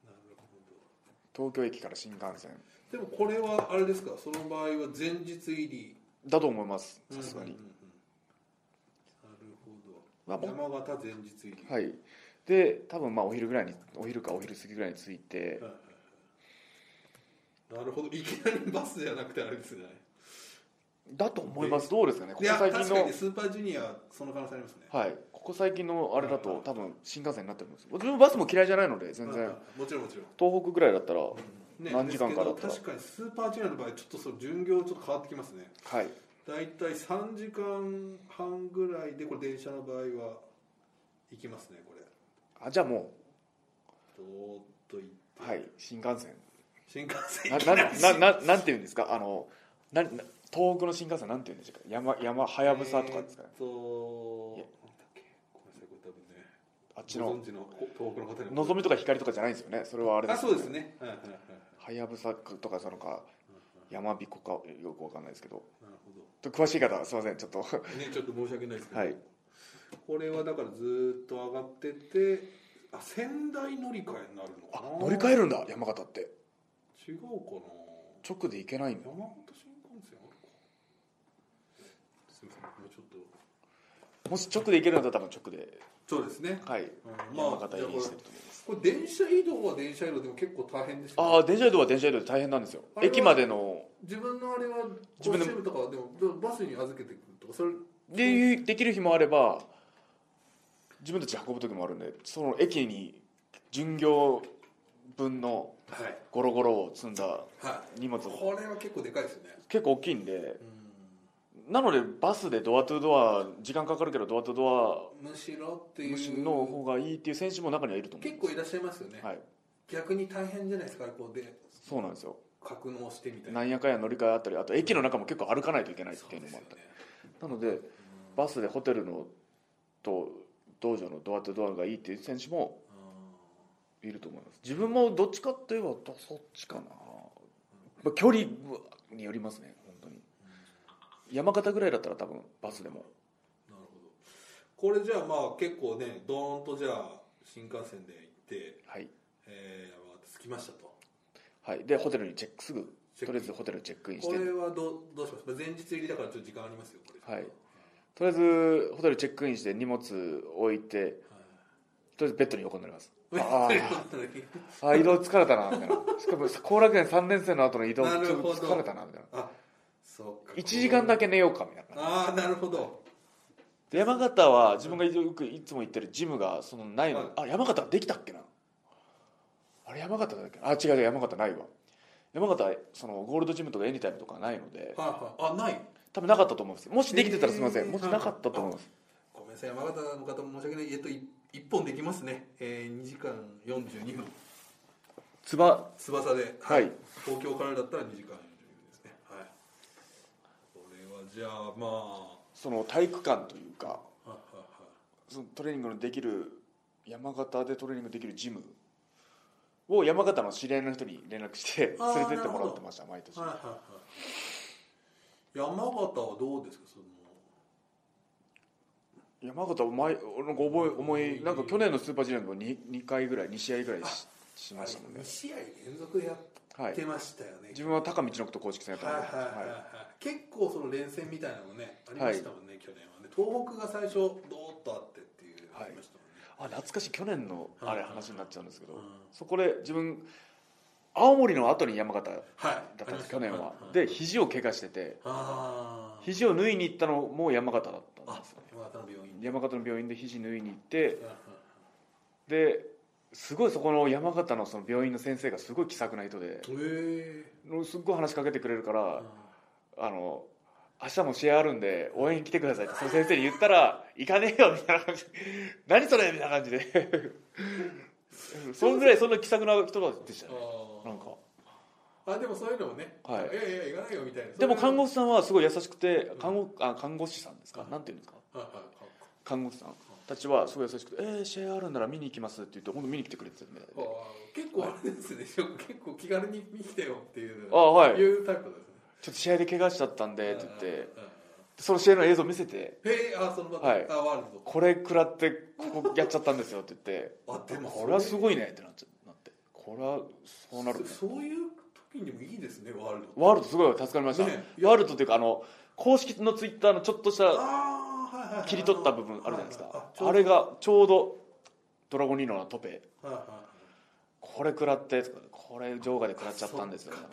Speaker 2: なるほど
Speaker 1: 東京駅から新幹線
Speaker 2: でもこれはあれですかその場合は前日入り
Speaker 1: だと思いますさすがに
Speaker 2: うんうんうん
Speaker 1: まあ
Speaker 2: なるほ
Speaker 1: 僕
Speaker 2: ど山形前日入り
Speaker 1: はいで多分まあお昼ぐらいにお昼かお昼過ぎぐらいに着いて
Speaker 2: はいはいなるほどいきなりバスじゃなくてあれですね
Speaker 1: だと思いますどうですかねこ
Speaker 2: い
Speaker 1: こ
Speaker 2: や
Speaker 1: 最近
Speaker 2: 確か
Speaker 1: の
Speaker 2: にスーパージュニアその可能性ありますね
Speaker 1: はい、ここ最近のあれだ
Speaker 2: はいは
Speaker 1: と
Speaker 2: い
Speaker 1: 多分新幹線になってるんですよ自分バスも嫌いじゃないので全
Speaker 2: はい
Speaker 1: 然
Speaker 2: はいもちろんもちろん
Speaker 1: 東北ぐらいだったらは
Speaker 2: ね
Speaker 1: 何時間かだったら
Speaker 2: ですけど確かにスーパージュニアの場合ちょっとその巡業ちょっと変わってきますね
Speaker 1: い
Speaker 2: 大体3時間半ぐらいでこれ電車の場合は行きますねこれ
Speaker 1: あじゃあも
Speaker 2: どーっと行って、
Speaker 1: う、はい、新幹線
Speaker 2: 新幹線
Speaker 1: な
Speaker 2: 行きなし
Speaker 1: ななななんていうんですかあのなな東北の新幹線なんていうんですか山山はやぶさとかですかね
Speaker 2: えーっと
Speaker 1: いや
Speaker 2: なんだっけごめんなさいこれ多分ね
Speaker 1: あっちの
Speaker 2: ご存知の東北の方に
Speaker 1: のぞみとか光とかじゃないんですよねそれはあれ
Speaker 2: あ
Speaker 1: です
Speaker 2: そうですねはいはいはいはい
Speaker 1: はやぶさとかそのかやまびこかよくわかんないですけど
Speaker 2: なるほど
Speaker 1: と詳しい方はすいませんちょっと
Speaker 2: ねちょっと申し訳ないですけど、
Speaker 1: はい
Speaker 2: これはだからずーっと上がっててあ仙台乗り換えになるの
Speaker 1: あ
Speaker 2: かな
Speaker 1: 乗り換えるんだ山形って
Speaker 2: 違うかな
Speaker 1: 直で行けないんだ
Speaker 2: 山形新幹線あるかすみませんもうちょっと
Speaker 1: もし直で行けるんだったら多分直で
Speaker 2: そうですね、
Speaker 1: はい
Speaker 2: うん
Speaker 1: 山
Speaker 2: まあ
Speaker 1: 形入りしてると思います、
Speaker 2: これ電車移動は電車移動でも結構大変ですよね
Speaker 1: ああ電車移動は電車移動で大変なんですよ
Speaker 2: あれは
Speaker 1: 駅までの
Speaker 2: 自分のあれは
Speaker 1: 自分で
Speaker 2: 甲子園とかはでもバスに預けてくるとかそれ
Speaker 1: でできる日もあれば自分たちで運ぶ時もあるんでその駅に巡業分の
Speaker 2: はい
Speaker 1: ゴロゴロを積んだ
Speaker 2: は
Speaker 1: 荷物
Speaker 2: い
Speaker 1: を
Speaker 2: これは結構でかいですね
Speaker 1: 結構大きいんで
Speaker 2: う
Speaker 1: なのでバスでドアトゥドア時間かかるけどドアトゥド
Speaker 2: んむしろって
Speaker 1: ア
Speaker 2: いう
Speaker 1: 無視の方がいいっていう選手も中にはいると思う
Speaker 2: 結構いらっしゃいますよね、
Speaker 1: はい
Speaker 2: 逆に大変じゃないですかこうで
Speaker 1: そうなんですよ
Speaker 2: 格納してみたいな
Speaker 1: なんやかんや乗り換えあったりあと駅の中も結構歩かないといけないっていうのもあったりなのでバスでホテルのと道場のドアとドアがいいっていう選手もいると思います自分もどっちかといえばどそっちかな、まあ、距離によりますね本当に山形ぐらいだったら多分バスでも
Speaker 2: なるほどこれじゃあまあ結構ねドーンとじゃあ新幹線で行って、
Speaker 1: はい、
Speaker 2: えー、山形着きましたと
Speaker 1: はい、でホテルにチェックすぐ
Speaker 2: チェック
Speaker 1: とり
Speaker 2: イン
Speaker 1: あえずホテルチェックインし
Speaker 2: こ
Speaker 1: てと
Speaker 2: れはどうどうします前日入りだからちょっと時間ありますよこれ
Speaker 1: はいりあえずホテルチェックインして荷物置いてとりあえずベッドに横になりますあ ーあー移動疲れたなみたいなしかも後楽園3年生の後の移動
Speaker 2: なるほど
Speaker 1: 疲れたなみたいな
Speaker 2: あそうか
Speaker 1: 1時間だけ寝ようかみたいな
Speaker 2: ああなるほど
Speaker 1: で山形は自分がよくいつも行ってるジムがそのないの、
Speaker 2: はい
Speaker 1: あ山形できたっけなあれ山形だっけなあ違う違う山形ないわ山形はそのゴールドジムとかエニタイムとかないので
Speaker 2: はいはいあない
Speaker 1: 多分なかったと思うんですもしできてたらすみません、
Speaker 2: へー
Speaker 1: もしなかったと思います
Speaker 2: ごめんなさい山形の方も申し訳ないえっとい一本できますねえー、2時間42分
Speaker 1: つば
Speaker 2: 翼で
Speaker 1: は
Speaker 2: はい東京からだったら2時間42分ですねはいこれはじゃあま
Speaker 1: その体育館というか
Speaker 2: あははは
Speaker 1: そのトレーニングのできる山形でトレーニングできるジムを山形の知り合いの人に連絡して
Speaker 2: あー
Speaker 1: 連れてってもらってました毎年
Speaker 2: はいはいはい山形はどうですかその
Speaker 1: 山形お前なんか覚え思いなんか去年のスーパージュニアでも 2, 二回ぐらい2試合ぐらいししましたもんね
Speaker 2: 2試合連続やっ
Speaker 1: はい
Speaker 2: てましたよね、
Speaker 1: 自分は高道のこと公式戦やった
Speaker 2: はいは
Speaker 1: の
Speaker 2: いは
Speaker 1: で、
Speaker 2: い
Speaker 1: はい
Speaker 2: はい、結構その連戦みたいなのもねありましたもんね、去年はね東北が最初どーっとあってっていうのがありましたもんね、
Speaker 1: あ懐かしい去年のあ
Speaker 2: はい
Speaker 1: れ
Speaker 2: はい
Speaker 1: 話になっちゃうんですけど、
Speaker 2: うん
Speaker 1: そこで自分青森の後に山形だっ
Speaker 2: はい
Speaker 1: たんです去年は、
Speaker 2: で
Speaker 1: で肘を怪我してて
Speaker 2: あー
Speaker 1: 肘を縫いに行ったのも山形だったん
Speaker 2: あ
Speaker 1: ですよね
Speaker 2: 山形の病院
Speaker 1: 山形の病院で肘縫いに行って
Speaker 2: うんうん
Speaker 1: ですごいそこの山形のその病院の先生がすごい気さくな人で
Speaker 2: へえ
Speaker 1: すっごい話しかけてくれるから
Speaker 2: あ、
Speaker 1: あの明日も試合あるんで応援来てくださいってその先生に言ったら「行かねえよ」みたいな感じ で「何それ」みたいな感じでそんぐらいそんな気さくな人でしたね
Speaker 2: ー
Speaker 1: なんか
Speaker 2: あでもそういうのもね、
Speaker 1: はい
Speaker 2: いやいや行かないよみたいな
Speaker 1: でも看
Speaker 2: 護
Speaker 1: 護師さんはすごい優しくて
Speaker 2: ん
Speaker 1: 看護あ看護師さんですか
Speaker 2: うん
Speaker 1: なんていうんですか
Speaker 2: はいはいはい
Speaker 1: 看護師さんたちはすごい優しくて「えー、試合あるんなら見に行きます」って言って本当見に来てくれてたみたい
Speaker 2: あ
Speaker 1: で
Speaker 2: ー結構あれですね、結構気軽に見てよっていう
Speaker 1: あはい
Speaker 2: いうタイプですね
Speaker 1: ちょっと試合で怪我しちゃったんでって言って
Speaker 2: うんうんうん
Speaker 1: その試合の映像見せて
Speaker 2: へえあその場で、
Speaker 1: はい
Speaker 2: あワー
Speaker 1: 「
Speaker 2: ル
Speaker 1: これ食らってここやっちゃったんですよ」って言って
Speaker 2: ドあでも
Speaker 1: これはすごいねってなっちゃなってこれはそうなるね
Speaker 2: そそういう時にもいいですねワールド
Speaker 1: ワールドすごい助かりました、
Speaker 2: ね
Speaker 1: ワールドっていうかあの公式のツイッターのちょっとした
Speaker 2: ああはいはいはい
Speaker 1: 切り取った部分あるじゃないですかあ
Speaker 2: れ
Speaker 1: れがちょうど「ドラゴンリーノのトペ
Speaker 2: はいはい
Speaker 1: これ食らって」とかこれ場外で食らっちゃったんですよ
Speaker 2: あ」そ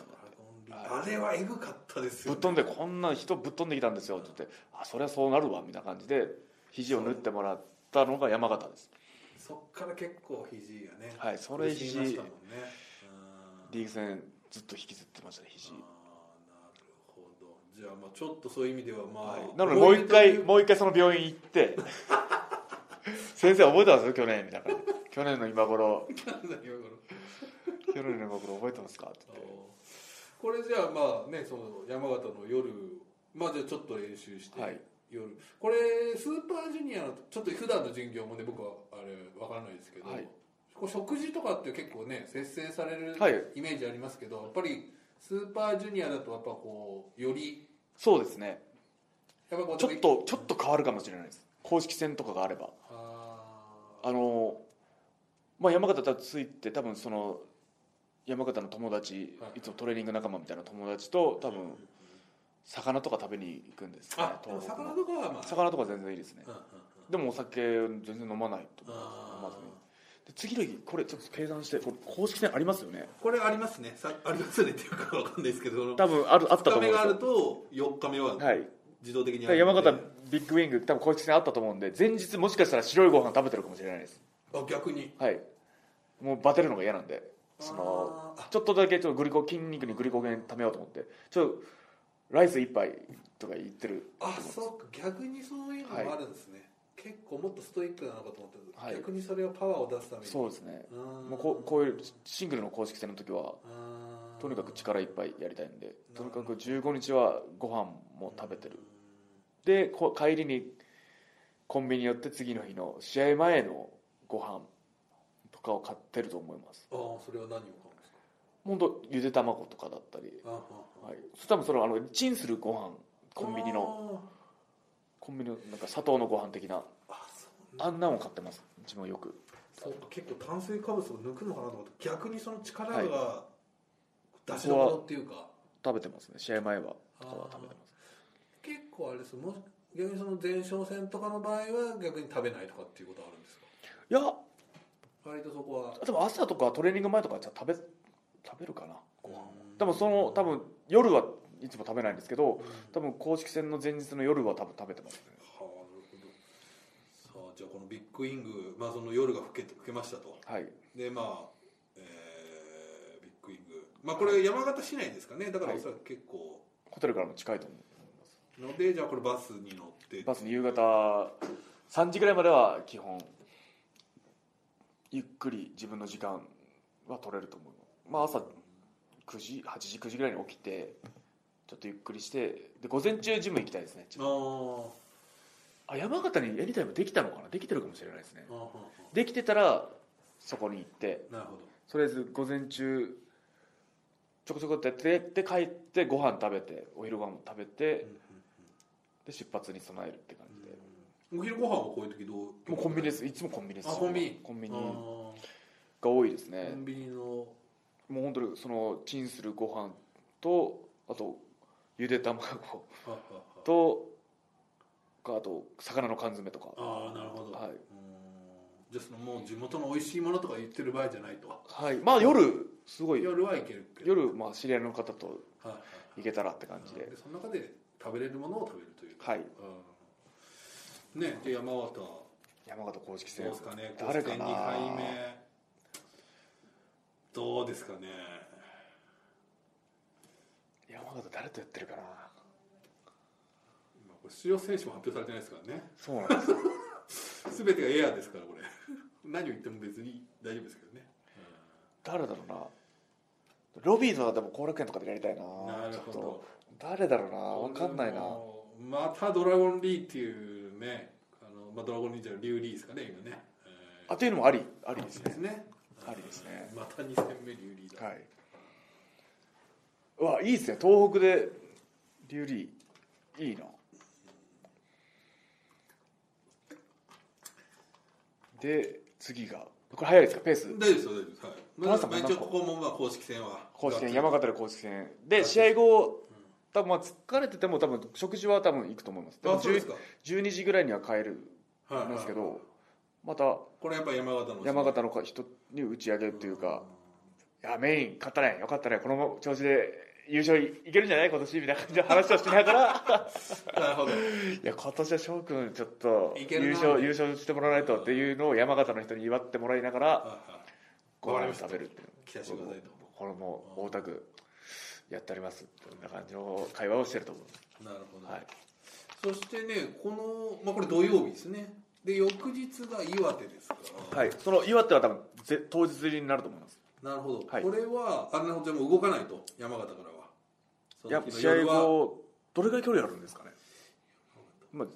Speaker 1: みたいな
Speaker 2: っかドラゴンリーダーあれはエグかったです
Speaker 1: ぶ
Speaker 2: よ、
Speaker 1: っ飛んでこんな人ぶっ飛んできたんですよって言って「あそりゃそうなるわ」みたいな感じで肘を縫ってもらったのが山形です
Speaker 2: そっから結構肘がね
Speaker 1: はいそれ
Speaker 2: 苦しみましたもんねうん
Speaker 1: リーグ戦ずっと引きずってましたね肘
Speaker 2: あーなるほどじゃあまあちょっとそういう意味ではまあ、
Speaker 1: はい、なのでもう一回
Speaker 2: 思い出という
Speaker 1: もう一回その病院行って 先生覚えてます去年みたいな去年の今頃
Speaker 2: なんだよこれ
Speaker 1: 去年の今頃覚えてますかって
Speaker 2: あ
Speaker 1: 言って
Speaker 2: ーこれじゃあまあねその山形の夜まあじゃあちょっと練習して、
Speaker 1: はい
Speaker 2: 夜これスーパージュニアのちょっと普段の巡業もね僕はあれ分からないですけど、
Speaker 1: はい
Speaker 2: こう食事とかって結構ね節制される
Speaker 1: はい
Speaker 2: イメージありますけど、やっぱりスーパージュニアだとやっぱこうより
Speaker 1: そうですね
Speaker 2: やっぱこう
Speaker 1: ちょっとちょっと変わるかもしれないです公式戦とかがあれば
Speaker 2: あー
Speaker 1: あのまあ山形たついて多分その山形の友達
Speaker 2: はい
Speaker 1: いつもトレーニング仲間みたいな友達と多分魚とか食べに行くんですよね
Speaker 2: あでも
Speaker 1: 東北
Speaker 2: 魚
Speaker 1: の
Speaker 2: とかはまあ
Speaker 1: 魚とか全然いいですね
Speaker 2: うんうんうん
Speaker 1: でもお酒全然飲まないと思います飲ま
Speaker 2: あ
Speaker 1: ずに
Speaker 2: ー
Speaker 1: で次の日これちょっと計算してこれ公式戦ありますよね
Speaker 2: これありますねさ ありますねっていうか分かんないですけど
Speaker 1: 多分あるあったと
Speaker 2: 2
Speaker 1: 思
Speaker 2: 日
Speaker 1: うん
Speaker 2: 目
Speaker 1: です
Speaker 2: がある
Speaker 1: よ
Speaker 2: と4日目は
Speaker 1: はい
Speaker 2: 自動的に
Speaker 1: だ
Speaker 2: あ
Speaker 1: から
Speaker 2: るの
Speaker 1: 山
Speaker 2: で
Speaker 1: 形ビッグウィング多分公式戦あったと思うんで前日もしかしたら白いご飯食べてるかもしれないです
Speaker 2: あ逆に
Speaker 1: はいもうバテるのが嫌なんでその
Speaker 2: あー
Speaker 1: ちょっとだけちょっとグリコ筋肉にグリコゲン貯めようと思ってちょっとライス一杯とか言ってる
Speaker 2: あそうか逆にそういうのもあるんですね、結構もっとストイックなのかと思ったけ
Speaker 1: はい
Speaker 2: ど逆にそれをパワーを出すために
Speaker 1: そうですね
Speaker 2: うーん
Speaker 1: もうこうこういうシングルの公式戦の時は
Speaker 2: うーん
Speaker 1: とにかく力いっぱいやりたいんでと
Speaker 2: な
Speaker 1: に
Speaker 2: る
Speaker 1: か
Speaker 2: ほど
Speaker 1: く15日はご飯も食べてるでこ帰りにコンビニ寄って次の日の試合前のご飯とかを買ってると思います
Speaker 2: ああそれは何を買うんですか
Speaker 1: 本当ゆで卵とかだったり、
Speaker 2: あーあーあー
Speaker 1: はい、そ多分そのあのチンするご飯コンビニのコンビニのなんか砂糖のご飯的な
Speaker 2: あーあそう
Speaker 1: あんなんを買ってます自分はよく
Speaker 2: そうか結構炭水化物を抜くのかなと思った逆にその力が、出
Speaker 1: こ
Speaker 2: し
Speaker 1: こ
Speaker 2: どこ
Speaker 1: は
Speaker 2: ろっていうか
Speaker 1: 食べてますね試合前はとかは食べてます
Speaker 2: 結構あれですもし逆にその前哨戦とかの場合は逆に食べないとかっていうことはあるんですか
Speaker 1: いや
Speaker 2: 割とそこは
Speaker 1: でも朝とかトレーニング前とかじゃあ食べ食べるかなご飯
Speaker 2: うん
Speaker 1: でもその多分夜はいつも食べないんですけど多分公式戦の前日の夜は多分食べてますね
Speaker 2: はあなるほどさあじゃあこのビッグイング、まあ、その夜が更けて更けましたと
Speaker 1: はい
Speaker 2: でまあ、えービッグイングまあこれ山形市内ですかねだから
Speaker 1: はい
Speaker 2: おそらく結構
Speaker 1: ホテルからも近いと思う
Speaker 2: のでじゃあこれバスに乗って
Speaker 1: バスに夕方3時ぐらいまでは基本ゆっくり自分の時間は取れると思うまあ朝9時8時9時ぐらいに起きてちょっとゆっくりしてで午前中ジム行きたいですね
Speaker 2: ああ
Speaker 1: あ山形にエニタイムできたのかなできてるかもしれないですね
Speaker 2: ああはあは
Speaker 1: できてたらそこに行って
Speaker 2: あなるほど
Speaker 1: とりあえず午前中ちょこちょこってやってで帰ってご飯食べてお昼ご飯も食べてで出発に備えるって感じで、
Speaker 2: お昼ご飯はこういう時どう
Speaker 1: もうコンビニですいつもコンビニです
Speaker 2: あコンビニ
Speaker 1: コンビ
Speaker 2: あ
Speaker 1: ニ
Speaker 2: ー
Speaker 1: が多いです
Speaker 2: コ
Speaker 1: ね
Speaker 2: ンビニの
Speaker 1: もう本当にそのチンするご飯とあとゆで卵
Speaker 2: はあはあは
Speaker 1: とかあと魚の缶詰とか
Speaker 2: ああーなるほど、
Speaker 1: はいう
Speaker 2: ーんじゃあそのもう地元の美味しいものとか言ってる場合じゃないと
Speaker 1: はいまあ夜すごい
Speaker 2: 夜はいけるけど、
Speaker 1: 夜まあ知り合いの方と
Speaker 2: はいはい
Speaker 1: 行けたらって感じで
Speaker 2: でその中で食べれるものを食べるという
Speaker 1: はい
Speaker 2: うんねで山形ど
Speaker 1: 山形公式
Speaker 2: う
Speaker 1: 戦
Speaker 2: ですかね
Speaker 1: 誰かな
Speaker 2: 2回目どうですかね
Speaker 1: 山形誰とやってるかな
Speaker 2: 今これ出場選手も発表されてないですからね
Speaker 1: そうなんですよ
Speaker 2: 全てがエアーですからこれ 何を言っても別に大丈夫ですけどね、
Speaker 1: 誰だろうなロビーズはでも後楽園とかでやりたいな
Speaker 2: なるほ
Speaker 1: ちょ
Speaker 2: ど
Speaker 1: っと誰だろうな分かんないな
Speaker 2: これもまたドラゴンリーっていうねあの、まあ、ドラゴンリーじゃないリュウリーですかね今ね、えー
Speaker 1: あというのもありありですね
Speaker 2: ですね
Speaker 1: ありですね
Speaker 2: また2戦目リュウリーだ、
Speaker 1: はいうわいいですね東北でリュウリーいいなで次がこれ早いですかペース
Speaker 2: 大丈夫ですよ大丈夫ですはいま
Speaker 1: 田中
Speaker 2: あ
Speaker 1: さんも
Speaker 2: まあ
Speaker 1: なんか
Speaker 2: 一応ここもまあ公式戦は
Speaker 1: 公式戦
Speaker 2: がっ
Speaker 1: 山形で公式戦で試合後多分まあ疲れてても多分食事は多分行くと思います
Speaker 2: つ
Speaker 1: でも
Speaker 2: あそうです
Speaker 1: 10
Speaker 2: か
Speaker 1: 12時ぐらいには帰る
Speaker 2: はいはい
Speaker 1: んですけどまた
Speaker 2: これやっぱ山形の
Speaker 1: 山形の人に打ち上げるっていうかいやメイン勝ったねよかったねこの調子で優勝いけるんじゃない今年みたいな感じで話をしなが ら
Speaker 2: なるほど
Speaker 1: いや今年は翔くんちょっと
Speaker 2: いける
Speaker 1: 優
Speaker 2: な
Speaker 1: 勝優勝してもらわないとっていうのを山形の人に祝ってもらいながらご
Speaker 2: わかり
Speaker 1: 飯
Speaker 2: ま
Speaker 1: を食
Speaker 2: した
Speaker 1: べるっていう
Speaker 2: 期待してくださいと
Speaker 1: これも大田区やっておりますっていうような感じの会話をしてると思う
Speaker 2: なるほど、
Speaker 1: はい
Speaker 2: そしてねこの、まあ、これ土曜日ですねで翌日が岩手ですから、
Speaker 1: はい、その岩手は多分ぜ当日入りになると思います
Speaker 2: なるほど、
Speaker 1: はい
Speaker 2: これはあれなるほどじゃあもう動かないと山形からはそ
Speaker 1: いや
Speaker 2: の日の
Speaker 1: 試合
Speaker 2: 夜は
Speaker 1: 後どれぐらい距離あるんですかね、まあ、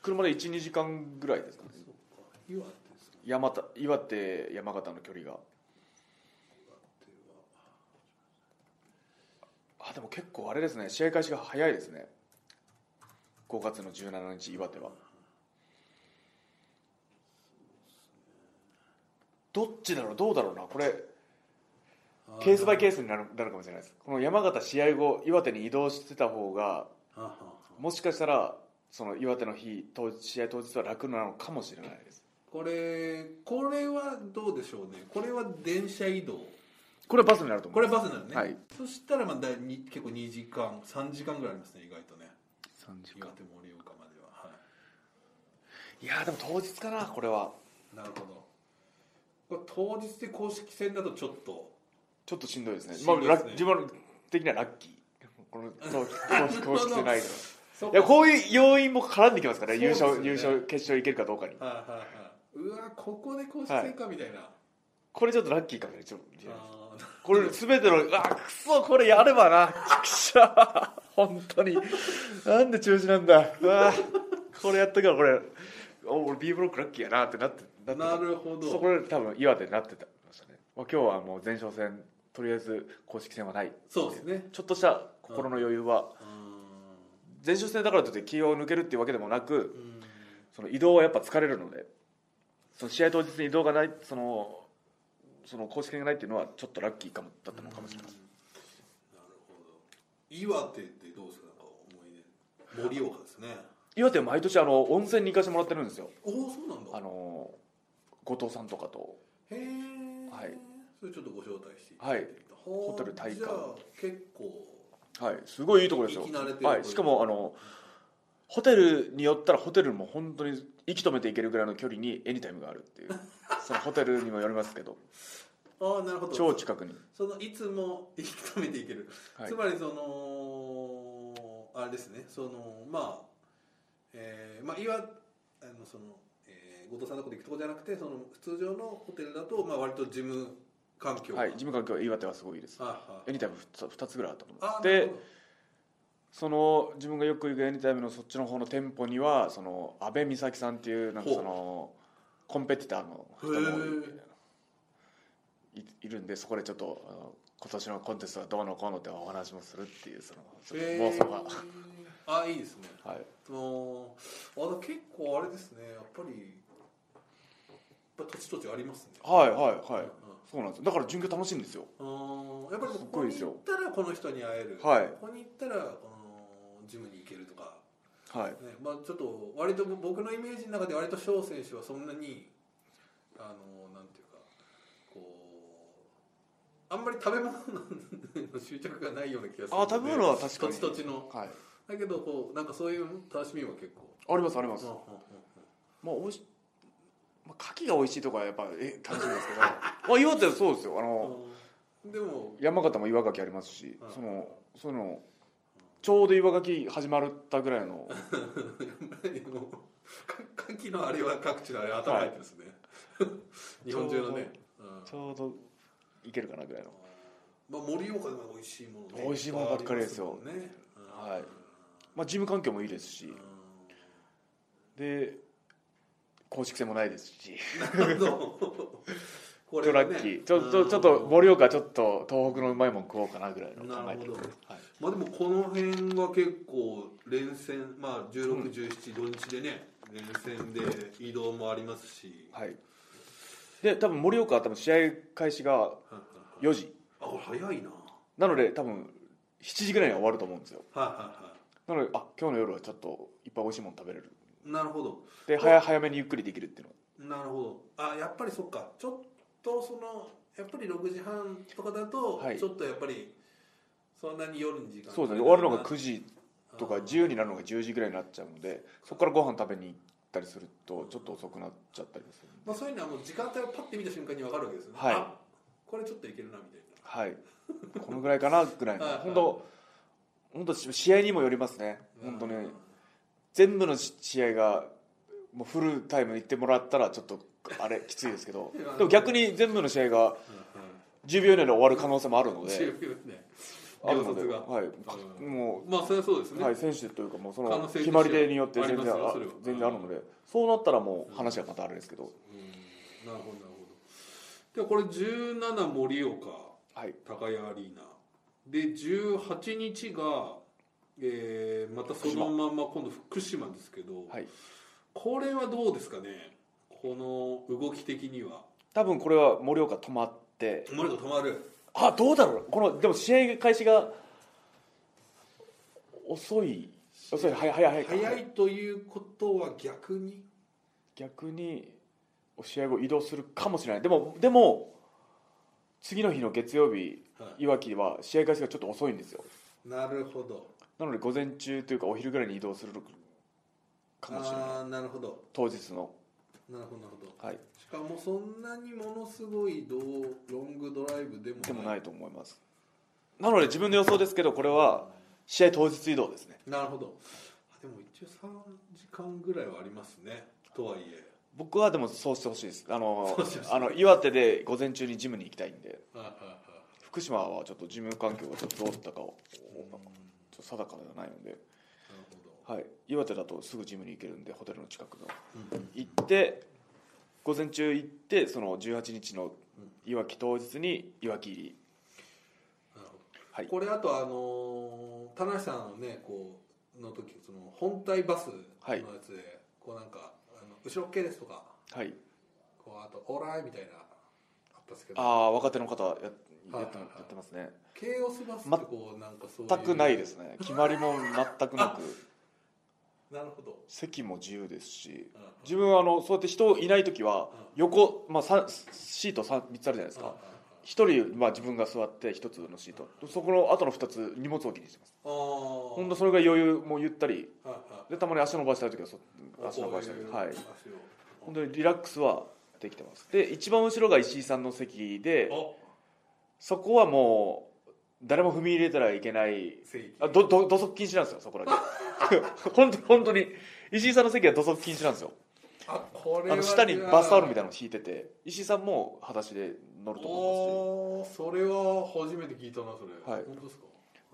Speaker 1: 車で12時間ぐらいですかね
Speaker 2: そうか岩手ですね
Speaker 1: 山田岩手山形の距離があでも結構あれですね試合開始が早いですね5月の17日岩手はどっちだろうどうだろうなこれ
Speaker 2: あ
Speaker 1: ケースバイケースになるなるかもしれないですこの山形試合後岩手に移動してた方が
Speaker 2: ははは
Speaker 1: もしかしたらその岩手の日当日試合当日は楽なのかもしれないです
Speaker 2: これこれはどうでしょうねこれは電車移動
Speaker 1: これはバスになると思
Speaker 2: こ
Speaker 1: う
Speaker 2: れバスなのね、
Speaker 1: はい
Speaker 2: そしたらまあだいに結構2時間3時間ぐらいありますね意外とね
Speaker 1: 3時
Speaker 2: 岩手盛岡までははい
Speaker 1: いやーでも当日かなこれは
Speaker 2: なるほどこれ当日で公式戦だとちょっと
Speaker 1: ちょっとしんどいですね
Speaker 2: しん
Speaker 1: ま
Speaker 2: どい
Speaker 1: あ
Speaker 2: ですね
Speaker 1: ラッ自分的にはラッキーこ のそう公式してないから
Speaker 2: そっ
Speaker 1: い
Speaker 2: か
Speaker 1: やこういう要因も絡んできますからね
Speaker 2: そう
Speaker 1: 優
Speaker 2: ですよね
Speaker 1: 勝優勝決勝いけるかどうかに
Speaker 2: はいはいはいうわここで公式戦かみたいな、
Speaker 1: これちょっとラッキーかもしれないちょっと
Speaker 2: あー
Speaker 1: これ全てのうわくそこれやればなくしゃ本当になんで中止なんだうわこれやったからこれお俺 B ブロックラッキーやなってなってなって
Speaker 2: なるほど
Speaker 1: そこで多分岩手になってたましたね、まあ、今日はもう前哨戦とりあえず公式戦はない
Speaker 2: そうですね
Speaker 1: ちょっとした心の余裕は
Speaker 2: うーん
Speaker 1: 前哨戦だからといって気を抜けるっていうわけでもなく
Speaker 2: うーん
Speaker 1: その移動はやっぱ疲れるのでその試合当日に移動がないそのその公式戦がないっていうのはちょっとラッキーかもだったのかもしれません
Speaker 2: なるほど岩手ってどうですかなんか思い出盛岡ですね
Speaker 1: 岩手は毎年あの温泉に行かせてもらってるんですよ
Speaker 2: おおそうなんだ
Speaker 1: あの後藤さんとかと
Speaker 2: へえ、
Speaker 1: はい、
Speaker 2: それちょっとご招待してい
Speaker 1: はい
Speaker 2: ホ
Speaker 1: ホテル体感
Speaker 2: じゃあ結構
Speaker 1: はいすごいいいところですよ
Speaker 2: 行き慣れてる
Speaker 1: はい、しかもあのホテルによったらホテルも本当に息止めていけるぐらいの距離にエニタイムがあるって いうそのホテルにもよりますけど
Speaker 2: ああなるほど
Speaker 1: 超近くに
Speaker 2: そのいつも引き止めていける、
Speaker 1: はい
Speaker 2: つまりそのあれですねそのまあえー、まあいわあのその、えー、後藤さんのとこと行くとこじゃなくてその普通常のホテルだとまあ割と事務環境が
Speaker 1: はい事務環境は岩手はすごいです
Speaker 2: はいはい
Speaker 1: エニタイム 2, つぐらいあったと思
Speaker 2: あ
Speaker 1: う
Speaker 2: な
Speaker 1: で
Speaker 2: るほ
Speaker 1: その自分がよく行くエニタイムのそっちの方の店舗にはその阿部美咲さんっていうなんか
Speaker 2: ほう
Speaker 1: そのコンペティターの人もいいるんでそこでちょっとあの今年のコンテストがどうのこうのってお話もするっていうそのちょっと妄想が、
Speaker 2: ああいいですね
Speaker 1: はい、
Speaker 2: あーあだから結構あれですねやっぱりやっぱ土地土地ありますね
Speaker 1: はいはいはい
Speaker 2: うん
Speaker 1: そうなんですよだから準決楽しいんですよ
Speaker 2: あーやっぱり
Speaker 1: すっ
Speaker 2: こ
Speaker 1: ご
Speaker 2: こ
Speaker 1: いで
Speaker 2: に
Speaker 1: すよ
Speaker 2: 行ったらこの人に会える、
Speaker 1: はい
Speaker 2: ここに行ったらこのジムに行けるとか、
Speaker 1: はい
Speaker 2: ねまあ、ちょっと割と僕のイメージの中で割と翔選手はそんなにあのなんていうかこうあんまり食べ物の執着がないような気がする
Speaker 1: あー食べ物は確かに
Speaker 2: 土地土地の
Speaker 1: はい
Speaker 2: だけどこうなんかそういう楽しみは結構
Speaker 1: ありますあります
Speaker 2: うんうんうん
Speaker 1: もうおいしまあ牡蠣が美味しいとかはやっぱえ楽しみ ですけどまあ岩手はそうですよあの、
Speaker 2: うんでも
Speaker 1: 山形も岩牡蠣ありますし、
Speaker 2: うん
Speaker 1: そのそのちょうど岩牡蠣始まったぐらいの
Speaker 2: もうか 歓喜のあれは各地のあれ頭入ってですね、 日本中のね、うん
Speaker 1: ちょうどいけるかなぐらいの
Speaker 2: まあ、盛岡でも美味しいものね
Speaker 1: 美味しいものばっかりですよ
Speaker 2: いっぱいありますもんね、
Speaker 1: はいまあ事務環境もいいですしで公式戦もないですし
Speaker 2: いなるほどこ
Speaker 1: ちょ
Speaker 2: れ
Speaker 1: ラ
Speaker 2: がね
Speaker 1: ッキーちょちょちょっ
Speaker 2: う
Speaker 1: と
Speaker 2: ん
Speaker 1: 盛岡ちょっと東北のうまいもん食おうかなぐらいの考
Speaker 2: な
Speaker 1: え
Speaker 2: る
Speaker 1: て
Speaker 2: ほ
Speaker 1: る
Speaker 2: ど
Speaker 1: はい
Speaker 2: まあでもこの辺が結構連戦まあ1617土日でね連戦で移動もありますし、
Speaker 1: はいで多分盛岡は多分試合開始が
Speaker 2: はいはいはい
Speaker 1: 4時
Speaker 2: あこれ早いな
Speaker 1: なので多分7時ぐらいには終わると思うんですよ
Speaker 2: はいはいは
Speaker 1: なのであ今日の夜はちょっといっぱい美味しいもの食べれる
Speaker 2: いなるほど
Speaker 1: で早早めにゆっくりできるっていうの
Speaker 2: なるほどあやっぱりそっかちょっとそのやっぱり6時半とかだと、
Speaker 1: はい
Speaker 2: ちょっとやっぱりそんなに夜に時間
Speaker 1: そうですね終わるのが9
Speaker 2: 時
Speaker 1: 時とか自由になるのが10時ぐらいになっちゃうのでそこからご飯食べに行ったりするとちょっと遅くなっちゃったりもするんで
Speaker 2: まあ、そういうのはもう時間帯をパッて見た瞬間に分かるわけですね
Speaker 1: はい
Speaker 2: あこれちょっといけるなみたい
Speaker 1: はいこのぐらいかなぐらいの
Speaker 2: はい
Speaker 1: 本当本当試合にもよりますね
Speaker 2: な
Speaker 1: 本当
Speaker 2: うん
Speaker 1: ね全部のし試合がもうフルタイムで行ってもらったらちょっとあれきついですけ どでも逆に全部の試合が10秒以内で終わる可能性もあるの
Speaker 2: うん
Speaker 1: で
Speaker 2: 強いよね
Speaker 1: あるの
Speaker 2: 秒
Speaker 1: で
Speaker 2: 殺が
Speaker 1: はい
Speaker 2: うん
Speaker 1: もう
Speaker 2: まあそれはそうですね、
Speaker 1: はい、選手というかもうそ
Speaker 2: 可能
Speaker 1: の
Speaker 2: 性として
Speaker 1: 決
Speaker 2: は
Speaker 1: まり手によって全
Speaker 2: あり
Speaker 1: 然
Speaker 2: ますよ
Speaker 1: あ
Speaker 2: それは
Speaker 1: 全然あるので、そうなったらもう話はまたあれですけど、
Speaker 2: うんなるほどなるほどでこれ17盛岡
Speaker 1: はい、
Speaker 2: 高屋アリーナで18日が、えーまたそのまま今度福島ですけど、
Speaker 1: はい、
Speaker 2: これはどうですかねこの動き的には
Speaker 1: 多分これは盛岡止まって
Speaker 2: 止まるか止まる
Speaker 1: あどうだろうこのでも試合開始が遅い遅い早い早い早い
Speaker 2: 早いということは逆に
Speaker 1: 逆に試合後移動するかもしれないでもでも次の日の月曜日
Speaker 2: はい
Speaker 1: わきは試合開始がちょっと遅いんですよ
Speaker 2: なるほど
Speaker 1: なので午前中というかお昼ぐらいに移動するかもしれない
Speaker 2: ああなるほど
Speaker 1: 当日の
Speaker 2: なるほどなるほど
Speaker 1: はい
Speaker 2: しかもそんなにものすごいどうロングドライブでも
Speaker 1: でも
Speaker 2: な
Speaker 1: ないいと思いますなので自分の予想ですけどこれは試合当日移動ですね
Speaker 2: なるほどあでも一応3時間ぐらいはありますねとはいえ
Speaker 1: 僕はでもそうしてほしいですあの
Speaker 2: そうしてほしい
Speaker 1: あの岩手で午前中にジムに行きたいんで
Speaker 2: はいはいはい
Speaker 1: 福島はちょっと事務環境がちょっとどうだったかをちょっと定かではないので、
Speaker 2: なるほど
Speaker 1: はい、岩手だとすぐジムに行けるんでホテルの近くの
Speaker 2: うんうん
Speaker 1: 行って午前中行ってその18日のいわき当日にいわき入り
Speaker 2: なるほど
Speaker 1: はい
Speaker 2: これあとあのー田中さんのねこうの時その本体バスの
Speaker 1: はい
Speaker 2: やつで、こうなんかあの後ろっけですとか
Speaker 1: はい
Speaker 2: こうあとオーライみたいなあったんですけ
Speaker 1: あ
Speaker 2: ど
Speaker 1: あ若手の方ややって
Speaker 2: はい
Speaker 1: やってますね
Speaker 2: ケイオスバスってこうなんかそういう
Speaker 1: 全くないですね決まりも全くなく
Speaker 2: なるほど、
Speaker 1: 席も自由ですし
Speaker 2: うん
Speaker 1: 自分はあのそうやって人いない時は横、まあ、さんシート 3, つあるじゃないです
Speaker 2: うんうん
Speaker 1: か1人、まあ、自分が座って1つのシートそこの後の2つ荷物置きにしてます
Speaker 2: あー
Speaker 1: ほんとそれが余裕もゆったり
Speaker 2: はいは
Speaker 1: でたまに足伸ばしたい時はそ
Speaker 2: い
Speaker 1: 足伸ばしたり
Speaker 2: こうう
Speaker 1: はい
Speaker 2: 足を
Speaker 1: 本当にリラックスはできてますで一番後ろが石井さんの席で
Speaker 2: お
Speaker 1: そこはもう誰も踏み入れたらいけない
Speaker 2: 正義
Speaker 1: あどど土足禁止なんですよそこだ け本当に本当に石井さんの席は土足禁止なんですよ
Speaker 2: あこれ
Speaker 1: あ
Speaker 2: は
Speaker 1: の下にバスタオルみたい
Speaker 2: な
Speaker 1: なの引いてて石井さんも裸足で乗ると思いますし
Speaker 2: おーそれは初めて聞いたなそれ、
Speaker 1: はい
Speaker 2: 本当ですか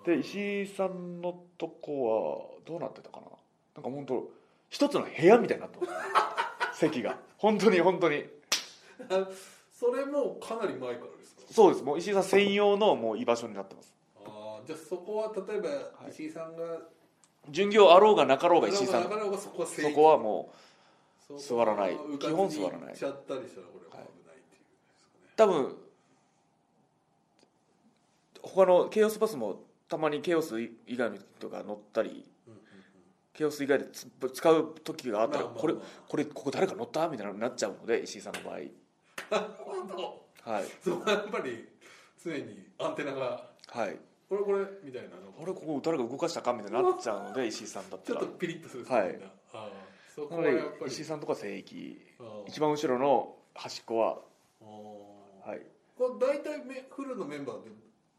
Speaker 1: で石井さんのとこはどうなってたかななんか本当一つの部屋みたいになってます席が 本当に本当に
Speaker 2: あそれもかなり前からですか
Speaker 1: そうですもう石井さん専用のもう居場所になってます
Speaker 2: あーじゃあそこは例えば
Speaker 1: い
Speaker 2: 石井さんが、
Speaker 1: 巡業あろうがなかろうが石井さ
Speaker 2: だか
Speaker 1: ん
Speaker 2: らそこは正
Speaker 1: そ
Speaker 2: 義
Speaker 1: こはもう
Speaker 2: そこは
Speaker 1: 座らない
Speaker 2: 浮
Speaker 1: 基本座らない
Speaker 2: かずに行っちゃったりしたらこれは危ないっていうですかね、
Speaker 1: 多分他のケイオスバスもたまにケイオス以外の人が乗ったり
Speaker 2: うんうん
Speaker 1: ケイオス以外でつ使う時があったら
Speaker 2: まあまあまあ
Speaker 1: これこれここ誰か乗ったみたいなのになっちゃうので石井さんの場合
Speaker 2: うんなるほど
Speaker 1: はい
Speaker 2: そこはやっぱり常にアンテナが
Speaker 1: はい
Speaker 2: これこれみたいなの
Speaker 1: あれここ誰か動かしたかみたいになっちゃうので石井さんだっ
Speaker 2: ち
Speaker 1: た
Speaker 2: ょっ
Speaker 1: ら
Speaker 2: とピリッとするんです
Speaker 1: はい
Speaker 2: みんなああそ
Speaker 1: な
Speaker 2: こ
Speaker 1: の
Speaker 2: はやっ
Speaker 1: で
Speaker 2: ぱり
Speaker 1: 石井さんとか聖域
Speaker 2: あ
Speaker 1: 一番後ろの端っこは
Speaker 2: あああ
Speaker 1: はい
Speaker 2: これ大体めフルのメンバーで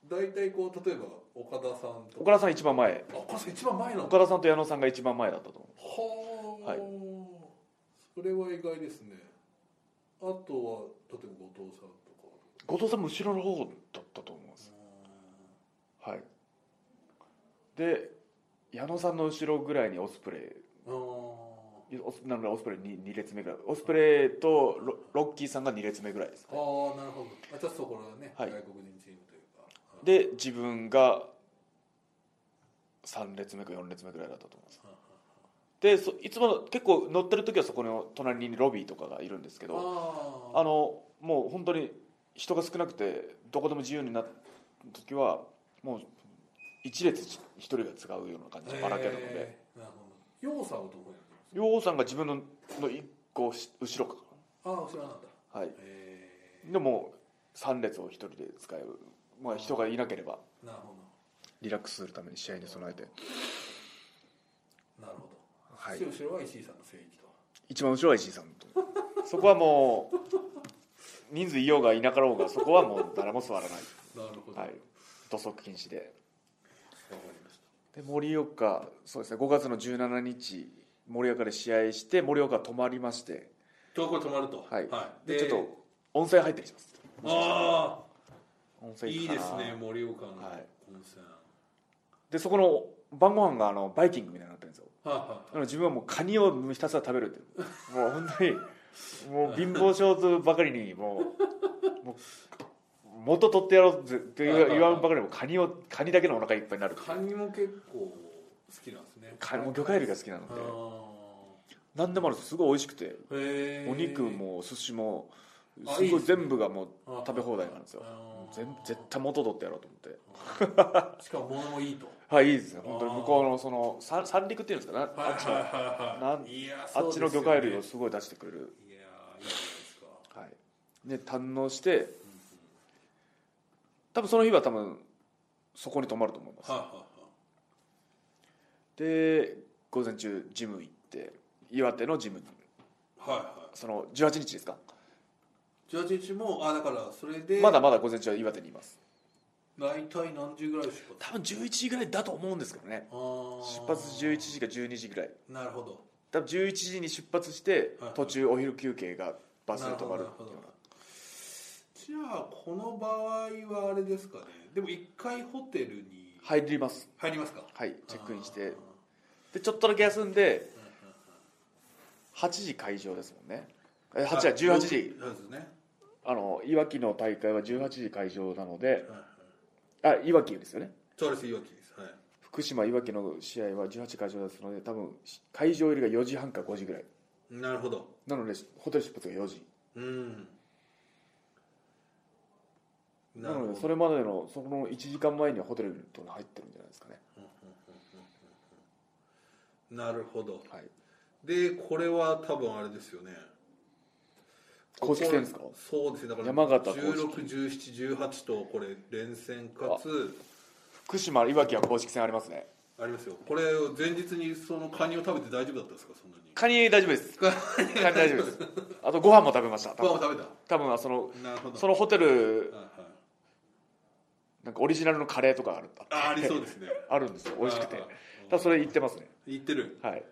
Speaker 2: 大体こう例えば岡田さんと
Speaker 1: 岡田さん一番前
Speaker 2: あ岡田さん一番前なの
Speaker 1: 岡田さんと矢野さんが一番前だったと思う
Speaker 2: は
Speaker 1: は
Speaker 2: あ、
Speaker 1: い
Speaker 2: それは意外ですねあとは例えば後藤さんとか
Speaker 1: 後藤さんも後ろの方だったと思うんですはいで矢野さんの後ろぐらいにオスプレ
Speaker 2: ああ
Speaker 1: イオスなのでオスプレイ 2, 列目ぐらいオスプレイとロロッキーさんが2列目ぐらいです
Speaker 2: ああなるほどあちょっとそこらね、
Speaker 1: はい
Speaker 2: 外国人チームというか
Speaker 1: で自分が3列目か4列目ぐらいだったと思うんですでそいつもの結構乗ってる時はそこの隣にロビーとかがいるんですけど
Speaker 2: あ
Speaker 1: あのもう本当に人が少なくてどこでも自由になった時はもう一列1人が使うような感じでばらけるので
Speaker 2: えーなるほど洋さんはどこにある
Speaker 1: 洋さんが自分のの1個し後ろか
Speaker 2: のああ知らなかった
Speaker 1: はい
Speaker 2: え
Speaker 1: でも3列を1人で使える、まあ、人がいなければ
Speaker 2: ー、なるほ
Speaker 1: リラックスするために試合に備えて、
Speaker 2: どなるほど、
Speaker 1: はい
Speaker 2: そ、して後ろは石井さんの正義と
Speaker 1: 一番後ろは石井さんとそこはもう人数いようがいなかろうがそこはもう誰も座らない、
Speaker 2: なるほど、
Speaker 1: は
Speaker 2: わ
Speaker 1: い、土足禁止で。
Speaker 2: かりまし
Speaker 1: で盛岡そうですね5月の17日盛岡で試合して盛岡泊まりまして
Speaker 2: たとこれ止まると
Speaker 1: はい、
Speaker 2: で
Speaker 1: でちょっと温泉入ってきます
Speaker 2: あ
Speaker 1: 温
Speaker 2: あ
Speaker 1: 泉
Speaker 2: い
Speaker 1: 行く
Speaker 2: いで
Speaker 1: か
Speaker 2: す
Speaker 1: な
Speaker 2: ね盛岡の
Speaker 1: はい
Speaker 2: 温泉、は
Speaker 1: でそこの晩ご飯があのバイキングみたいになってるんですよ
Speaker 2: い、
Speaker 1: な
Speaker 2: は
Speaker 1: ので自分はもうカニをひたすら食べるっていうもう本当にもう貧乏症とばかりにもうもう元取ってやろうぜって言わ言わんばかりにもカニをカニだけのお腹いっぱいになる
Speaker 2: いカニも結構好きなんですね
Speaker 1: カニもう魚介類が好きなの
Speaker 2: あ
Speaker 1: で何でもあるんですすごい美味しくて
Speaker 2: ーへえ
Speaker 1: お肉も寿司も
Speaker 2: あ
Speaker 1: す
Speaker 2: いい
Speaker 1: ご
Speaker 2: で
Speaker 1: い
Speaker 2: すね
Speaker 1: 全部がもう
Speaker 2: あー
Speaker 1: 食べ放題なんですよ
Speaker 2: あー
Speaker 1: 全絶対元取ってやろうと思って
Speaker 2: しかも物もいいと
Speaker 1: はいいいですね本当に
Speaker 2: あー
Speaker 1: 向こうのその三三陸っていうんですかねあっちの
Speaker 2: は
Speaker 1: なん
Speaker 2: いや
Speaker 1: あっちの魚介類を
Speaker 2: いや
Speaker 1: すごい出してくれる
Speaker 2: ーいいじゃないですか
Speaker 1: はいね堪能して多分その日は多分そこに泊まると思います
Speaker 2: はいはいは
Speaker 1: で午前中ジム行って岩手のジムに
Speaker 2: いはいは
Speaker 1: その18日ですか
Speaker 2: い18日もあだからそれで
Speaker 1: まだまだ午前中は岩手にいます
Speaker 2: 大体何時ぐらい出発
Speaker 1: 多分11時ぐらいだと思うんですけどね
Speaker 2: あ
Speaker 1: 出
Speaker 2: ー
Speaker 1: 発11時か12時ぐらい
Speaker 2: なるほど
Speaker 1: 多分11時に出発して
Speaker 2: はいはい
Speaker 1: 途中お昼休憩がバスで止まる
Speaker 2: なるほどなるほどじゃあこの場合はあれですかねでも一回ホテルに
Speaker 1: 入ります
Speaker 2: 入りますか
Speaker 1: はいチェックインし
Speaker 2: あ
Speaker 1: て
Speaker 2: ー
Speaker 1: でちょっとだけ休んで8時会場ですもんねえ8時は18時
Speaker 2: そうですね
Speaker 1: あのいわきの大会は18時会場なので
Speaker 2: はいはい
Speaker 1: あいわきですよね
Speaker 2: そうですいいわけですはい
Speaker 1: 福島いわきの試合は18会場ですので多分会場入りが4時半か5時ぐらい
Speaker 2: なるほど
Speaker 1: なのでホテル出発が4時
Speaker 2: うん
Speaker 1: なのでそれまでのそこの1時間前にはホテルとかに入ってるんじゃないですかね
Speaker 2: なるほど
Speaker 1: はい
Speaker 2: でこれは多分あれですよね
Speaker 1: 公式戦ですか
Speaker 2: ここそうですねだから
Speaker 1: 山形公式
Speaker 2: 161718とこれ連戦かつ
Speaker 1: 福島いわきは公式戦ありますね
Speaker 2: ありますよこれ前日にそのカニを食べて大丈夫だったんですかそんなに
Speaker 1: カニ大丈夫ですカニ大丈夫です あとご飯も食べました多
Speaker 2: ご飯も
Speaker 1: 分
Speaker 2: 食べ
Speaker 1: 多分その
Speaker 2: たなるほど
Speaker 1: そのホテル
Speaker 2: はいはい
Speaker 1: なんかオリジナルのカレーとかある
Speaker 2: あーありそうですね
Speaker 1: あるんですよ 美味しくて
Speaker 2: あ
Speaker 1: だ
Speaker 2: ー
Speaker 1: か
Speaker 2: あー
Speaker 1: らそれ行ってますね
Speaker 2: 言ってる
Speaker 1: はい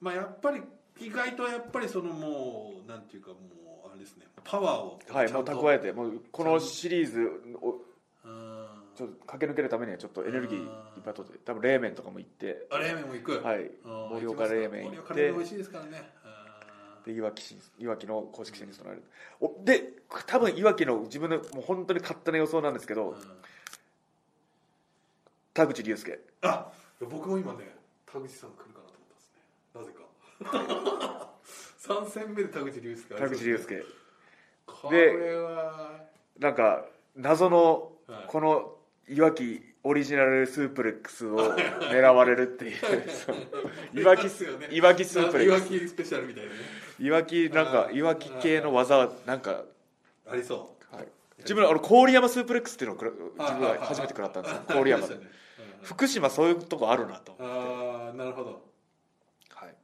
Speaker 2: まあやっぱり意外とやっぱりそのもうなんていうかもうあれですねパワーを
Speaker 1: はいもう蓄
Speaker 2: え
Speaker 1: えてもうこのシリーズを
Speaker 2: うん
Speaker 1: ちょっと駆け抜けるためにはちょっとエネルギーいっぱい取って多分冷麺とかも行って
Speaker 2: あ冷麺も行く
Speaker 1: はい
Speaker 2: あー
Speaker 1: 盛岡冷麺
Speaker 2: 盛
Speaker 1: 行
Speaker 2: 岡
Speaker 1: っ
Speaker 2: 冷
Speaker 1: て
Speaker 2: 麺美味しいですからねあー
Speaker 1: でいわき市いわきの公式戦に備えるおで多分いわきの自分のもう本当に勝手な予想なんですけど、
Speaker 2: うん
Speaker 1: 田口竜介
Speaker 2: あ僕も今ね田口さん来るかなと思ったんですねなぜか 三戦目で田口龍介
Speaker 1: 田口竜介
Speaker 2: これは
Speaker 1: なんか謎の
Speaker 2: はい
Speaker 1: このいわきオリジナルスープレックスを狙われる っていうそういわき
Speaker 2: すよね
Speaker 1: いわきスープレ
Speaker 2: い
Speaker 1: ッ
Speaker 2: わ
Speaker 1: ク
Speaker 2: きスペシャルみたいなね
Speaker 1: スいわきなんか
Speaker 2: あー
Speaker 1: いわき系の技はなんか、
Speaker 2: あり そう
Speaker 1: はい、自分あの郡山スープレックスっていうのをくら自分
Speaker 2: はい
Speaker 1: は初めて食らったんですよ郡山
Speaker 2: あり
Speaker 1: で
Speaker 2: ましたね
Speaker 1: 福島そういうとこあるなと
Speaker 2: う
Speaker 1: 思
Speaker 2: ん
Speaker 1: って、
Speaker 2: あーなるほど
Speaker 1: はい、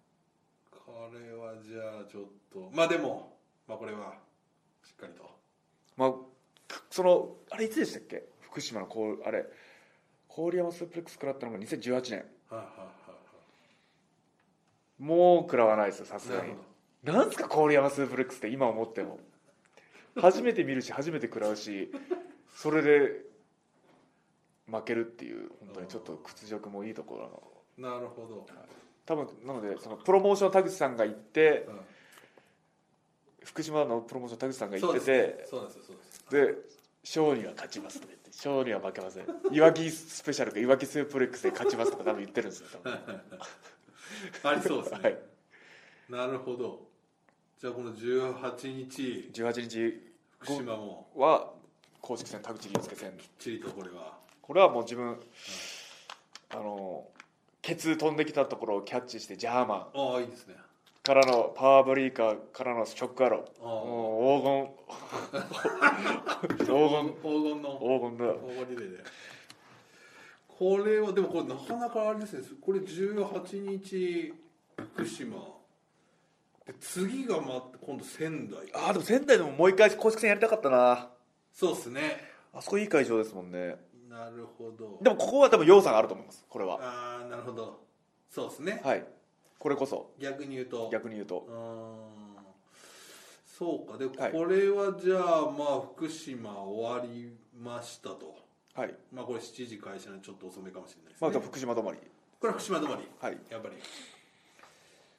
Speaker 2: これはじゃあちょっとまあでもまあこれはしっかりと
Speaker 1: まあそのあれいつでしたっけ福島のこうあれ郡山スープレックス食らったのが2018年
Speaker 2: はいはいは
Speaker 1: もう食らわないですよさす
Speaker 2: いはい
Speaker 1: が
Speaker 2: な
Speaker 1: に
Speaker 2: るほど
Speaker 1: なんすか郡山スープレックスって今思っても初めて見るし初めて食らうしそれで負けるっていう本当にちょっと屈辱もいいところなの
Speaker 2: なるほど、
Speaker 1: 多分なのでそのプロモーション田口さんが行って
Speaker 2: うん
Speaker 1: 福島のプロモーション田口さんが行
Speaker 2: そう
Speaker 1: っ
Speaker 2: で
Speaker 1: てて
Speaker 2: すそうなんですよそうなんですよ
Speaker 1: で勝利は勝ちますとか言って勝利は負けませんいわきスペシャルかいわきスープレックスで勝ちますとか多分言ってるんですよ多分
Speaker 2: ありそうですね、
Speaker 1: はい
Speaker 2: なるほどじゃあこの18日
Speaker 1: 18日
Speaker 2: 福島も
Speaker 1: は公式戦田口竜介戦
Speaker 2: きっちりとこれは
Speaker 1: これはもう自分、あのケツ飛んできたところをキャッチしてジャーマン
Speaker 2: ああいいですね
Speaker 1: からのパワーブリーカーからのショックアロー
Speaker 2: ああ
Speaker 1: も う黄金黄金
Speaker 2: 黄金の
Speaker 1: 黄金だ
Speaker 2: 黄金リレーでこれはでもこれなかなかあれですねこれ18日福島で次がま今度仙台
Speaker 1: あーでも仙台でももう一回公式戦やりたかったな
Speaker 2: そうですね
Speaker 1: あそこいい会場ですもんね
Speaker 2: なるほど
Speaker 1: でもここは多分楊さんがあると思いますこれは
Speaker 2: ああなるほどそうですね、
Speaker 1: はいこれこそ
Speaker 2: 逆に言うと
Speaker 1: 逆に言うと
Speaker 2: うーんそうかで、
Speaker 1: はい
Speaker 2: これはじゃあまあ福島終わりましたと
Speaker 1: はい
Speaker 2: まあこれ7時開始なんでちょっと遅めかもしれないです
Speaker 1: ま
Speaker 2: ね、
Speaker 1: あでも福島止まり
Speaker 2: これは福島止まり
Speaker 1: はい
Speaker 2: やっぱり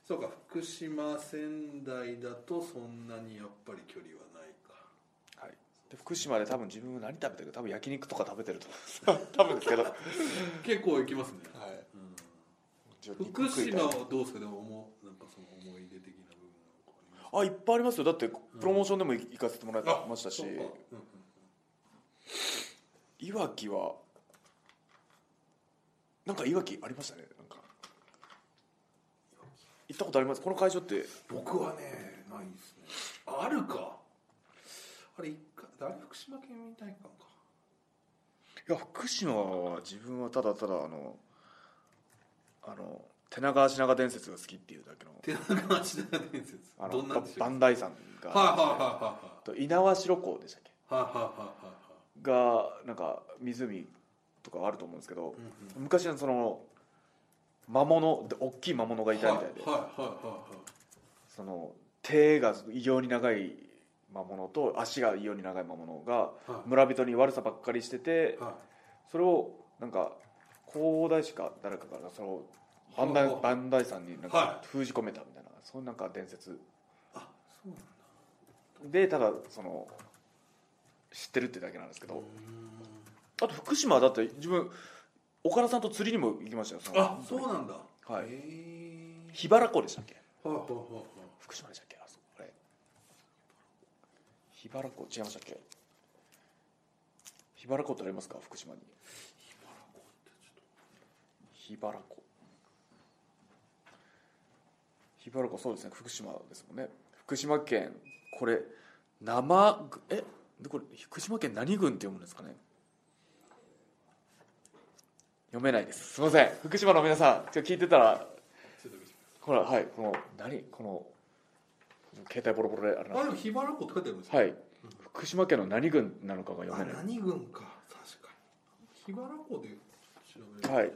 Speaker 2: そうか福島仙台だとそんなにやっぱり距離はないか
Speaker 1: はい、で福島で多分自分何食べてるか多分焼肉とか食べてると思うん です多分ですけど、はい、
Speaker 2: 結構行きますね、うん福島はどうですかでももうなんかその思い出的な部分なんか
Speaker 1: あ
Speaker 2: あります
Speaker 1: いっぱいありますよだってプロモーションでも行かせてもらいましたし、
Speaker 2: そうかうんうん
Speaker 1: いわきはなんかいわきありましたねなんか行ったことありますこの会場って
Speaker 2: 僕はねないですねあるかあれ一回あれ福島県民体育館か
Speaker 1: いや福島は自分はただただあのあの手長足長伝説が好きっていうだけの
Speaker 2: 手長足長伝説
Speaker 1: あ
Speaker 2: どんなん
Speaker 1: の
Speaker 2: でしょう
Speaker 1: 磐梯山が、
Speaker 2: はいはい
Speaker 1: と猪苗代港でしたっけ
Speaker 2: はいはいはいはいはいはいは
Speaker 1: が
Speaker 2: い
Speaker 1: なんか湖とかあると思うんですけど
Speaker 2: う、んうん
Speaker 1: 昔はその魔物で大きい魔物がいたみたいで、
Speaker 2: はいはいはいはいはい
Speaker 1: その手が異様に長い魔物と足が異様に長い魔物が
Speaker 2: はい
Speaker 1: 村人に悪さばっかりしてて
Speaker 2: は
Speaker 1: それをなんか広大師か誰かからそのバンダイ
Speaker 2: ほうほう
Speaker 1: バンダイさんになん
Speaker 2: は
Speaker 1: か封じ込めたみたいな、そういうなんか伝説
Speaker 2: あそうなんだ
Speaker 1: でただその知ってるってだけなんですけど、
Speaker 2: うー
Speaker 1: あと福島はだって自分岡田さんと釣りにも行きましたよそ
Speaker 2: ん
Speaker 1: の
Speaker 2: あそうなんだ
Speaker 1: はい
Speaker 2: へえ
Speaker 1: 桧原湖でしたっけ
Speaker 2: はいはいはいはい
Speaker 1: 福島でしたっけあそこあれ桧原湖違いましたっけ桧原湖ってありますか福島に桧原湖桧原湖そうですね福島ですもんね福島県これ生えでこれ福島県何郡って読むんですかね読めないですすみません福島の皆さん今日聞いてたら
Speaker 2: ちょっと見せて
Speaker 1: ほらはいこの何この携帯ボロボロであれなん
Speaker 2: あ
Speaker 1: で
Speaker 2: でも桧原湖って書いてあるんです
Speaker 1: すはい福島県の何郡なのかが読
Speaker 2: あ
Speaker 1: めない
Speaker 2: 何郡か確かに桧原湖で調べる
Speaker 1: はい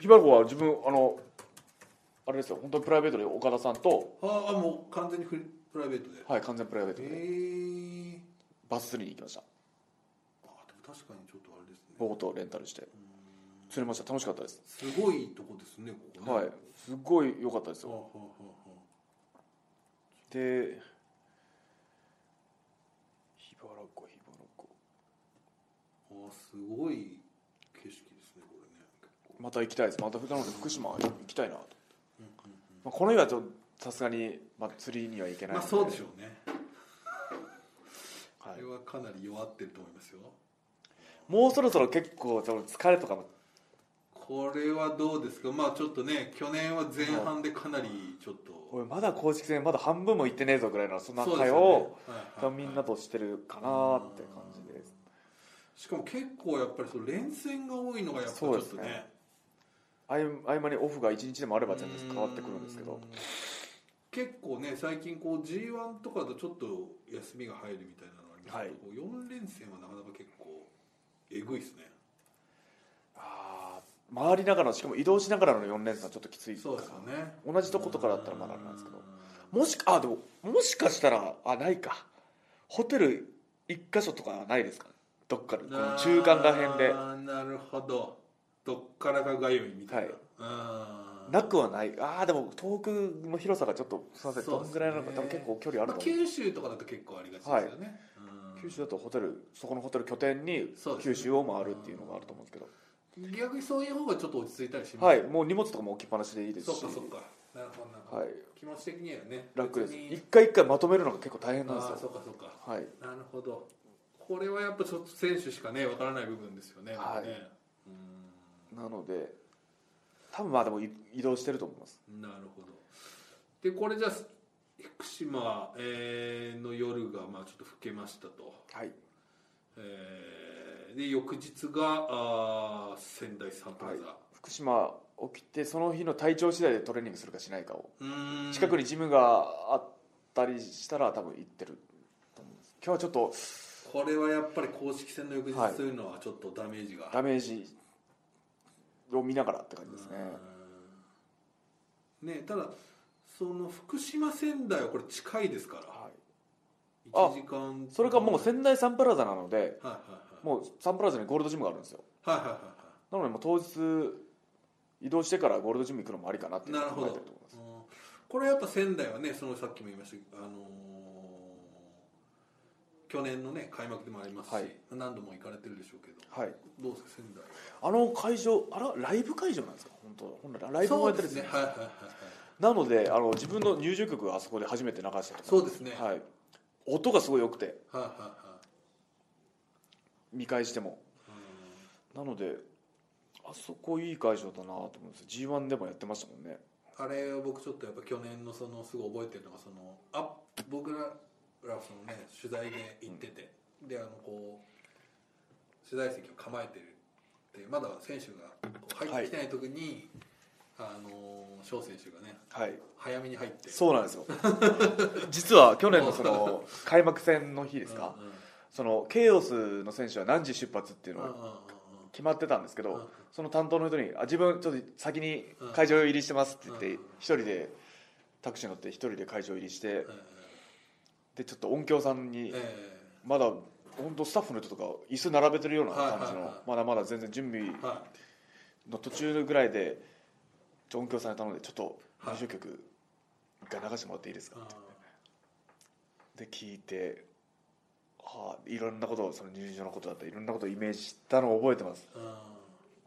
Speaker 1: ひばるは自分あのあれですよ本当にプライベートで岡田さんと
Speaker 2: ああもう完全にフリプライベートで
Speaker 1: はい完全プライベート
Speaker 2: へ
Speaker 1: で
Speaker 2: え
Speaker 1: バス釣りに行きました
Speaker 2: あでも確かにちょっとあれですね
Speaker 1: ボートをレンタルして釣れました楽しかったです
Speaker 2: すごいとこですねここね
Speaker 1: はいすっごい良かったです
Speaker 2: はあ
Speaker 1: よ
Speaker 2: はあはあはあ
Speaker 1: でヒバラ湖ヒバラ湖
Speaker 2: あーすごい景色ですねこれね結構
Speaker 1: また行きたいですまたなので福島行きたいなと、まあ、この日はちょっとさすがに、まあ、釣りには行けない
Speaker 2: ま
Speaker 1: の
Speaker 2: あそうでしょうね
Speaker 1: はい
Speaker 2: あれはかなり弱ってると思いますよ
Speaker 1: もうそろそろ結構その疲れとかも
Speaker 2: これはどうですかまあちょっとね去年は前半でかなりちょっと
Speaker 1: 俺まだ公式戦まだ半分も行ってねえぞぐらいのそんな
Speaker 2: そうで
Speaker 1: 会
Speaker 2: すよね
Speaker 1: を、
Speaker 2: はいはいはい
Speaker 1: みんなとしてるかなって感じです
Speaker 2: しかも結構やっぱりその連戦が多いのがやっぱち
Speaker 1: そう
Speaker 2: ょっ
Speaker 1: です
Speaker 2: と
Speaker 1: ね
Speaker 2: ね
Speaker 1: 合合間にオフが1日でもあれば全然変わってくるんですけ
Speaker 2: う
Speaker 1: ど
Speaker 2: ん結構ね最近こう g 1とかだとちょっと休みが入るみたいなのがありますけど、こう4連戦はなかなか結構えぐいですね
Speaker 1: ああ回りながらのしかも移動しながらの4連戦はちょっときついか
Speaker 2: そうですよ
Speaker 1: ら
Speaker 2: ね
Speaker 1: 同じとことかだったらまだあれなんですけど
Speaker 2: う
Speaker 1: もしかあでももしかしたらあないかホテル1箇所とかはないですかねどっかでこ
Speaker 2: ん
Speaker 1: の中間らへんで
Speaker 2: あーなるほどどっからかがよいみたいな、うん
Speaker 1: なくはないああでも遠くの広さがちょっとすいません
Speaker 2: そ
Speaker 1: ど
Speaker 2: うです
Speaker 1: ん
Speaker 2: ね
Speaker 1: ぐらいなのか多分結構距離ある
Speaker 2: ま
Speaker 1: と
Speaker 2: あ、
Speaker 1: 思う
Speaker 2: 九州とかだと結構ありがちですよね、うん
Speaker 1: 九州だとホテルそこのホテル拠点に
Speaker 2: そうですね
Speaker 1: 九州を回るっていうのがあると思うんですけど
Speaker 2: 逆にそういう方がちょっと落ち着いたりします
Speaker 1: はいもう荷物とかも置きっぱなしでいいですし
Speaker 2: そっかそっかなるほどなるほど、
Speaker 1: はい
Speaker 2: 気持ち的にはね
Speaker 1: 楽です
Speaker 2: 別に
Speaker 1: 一回一回まとめるのが結構大変なんで
Speaker 2: ああ
Speaker 1: す
Speaker 2: そ
Speaker 1: よ
Speaker 2: っかそっか
Speaker 1: はい
Speaker 2: なるほどこれはやっぱちょっと選手しかねわからない部分ですよね
Speaker 1: はい
Speaker 2: これね
Speaker 1: なので多分まあでもい移動してると思います
Speaker 2: うんなるほどでこれじゃあ福島、えーの夜がまあちょっと更けましたと、
Speaker 1: はい
Speaker 2: えーで翌日があー仙台サンプラザ、
Speaker 1: は福島起きてその日の体調次第でトレーニングするかしないかを
Speaker 2: うーん
Speaker 1: 近くにジムがあったりしたら多分行ってると思うんです今日はちょっと
Speaker 2: これはやっぱり公式戦の翌
Speaker 1: は
Speaker 2: 日
Speaker 1: い
Speaker 2: というのはちょっとダメージが、
Speaker 1: ダメージを見ながらって感じですね
Speaker 2: うんねただその福島仙台はこれ近いですから
Speaker 1: はいあ
Speaker 2: 1時間
Speaker 1: それかもう仙台サンプラザなので
Speaker 2: はいはい
Speaker 1: もうサンプラザにゴールドジムがあるんですよ
Speaker 2: はいはいはいはいは
Speaker 1: なのでもう当日移動してからゴールドジム行くのもありかなって
Speaker 2: い
Speaker 1: いう
Speaker 2: な
Speaker 1: の
Speaker 2: る
Speaker 1: を
Speaker 2: ほ
Speaker 1: 考え
Speaker 2: ど、う
Speaker 1: てる
Speaker 2: ん
Speaker 1: と思います
Speaker 2: これやっぱ仙台はねそのさっきも言いましたけど、あのー去年のね開幕でもありますし、
Speaker 1: はい
Speaker 2: 何度も行かれてるでしょうけど
Speaker 1: はい
Speaker 2: どうですか仙台は
Speaker 1: あの会場あらライブ会場なんですか本当は本来ライブもやってるんですね
Speaker 2: そうですねはいはいはいはい
Speaker 1: なのであの自分の入場曲があそこで初めて流したとか
Speaker 2: そうですねはい
Speaker 1: はい、音がすごい良くて
Speaker 2: はいは
Speaker 1: 見返しても
Speaker 2: いうん
Speaker 1: なのであそこいい会場だなと思うんです g 1でもやってましたもんね
Speaker 2: あれを僕ちょっとやっぱ去年のそのすごい覚えてるのがそのあ僕ららそのね取材で行ってて、であのこう取材席を構えてるでまだ選手がこう入ってきてない時に、あのー翔選手がね
Speaker 1: はい
Speaker 2: 早めに入って
Speaker 1: そうなんですよ実は去年の その開幕戦の日
Speaker 2: う
Speaker 1: ですか
Speaker 2: んうんうん
Speaker 1: そのケイオスの選手は何時出発っていうの
Speaker 2: うん
Speaker 1: が
Speaker 2: うんうん
Speaker 1: 決まってたんですけ
Speaker 2: うん
Speaker 1: どその担当の人に「あ自分ちょっと先に会場入りしてます」って言っ
Speaker 2: うん
Speaker 1: て一人でタクシー乗って一人で会場入りして
Speaker 2: うん
Speaker 1: でちょっと音響さんに
Speaker 2: え
Speaker 1: まだ本当スタッフの人とか椅子並べてるような感じ
Speaker 2: はいはい
Speaker 1: の
Speaker 2: はい
Speaker 1: まだまだ全然準備
Speaker 2: えは
Speaker 1: の途中ぐらいでちょ音響さんに頼んでちょっと
Speaker 2: はい
Speaker 1: 入場曲一回流してもらっていいです
Speaker 2: い
Speaker 1: かで聞いてはあいろんなことをその入場のことだったりいろんなことをイメージしたのを覚えてます
Speaker 2: うんうん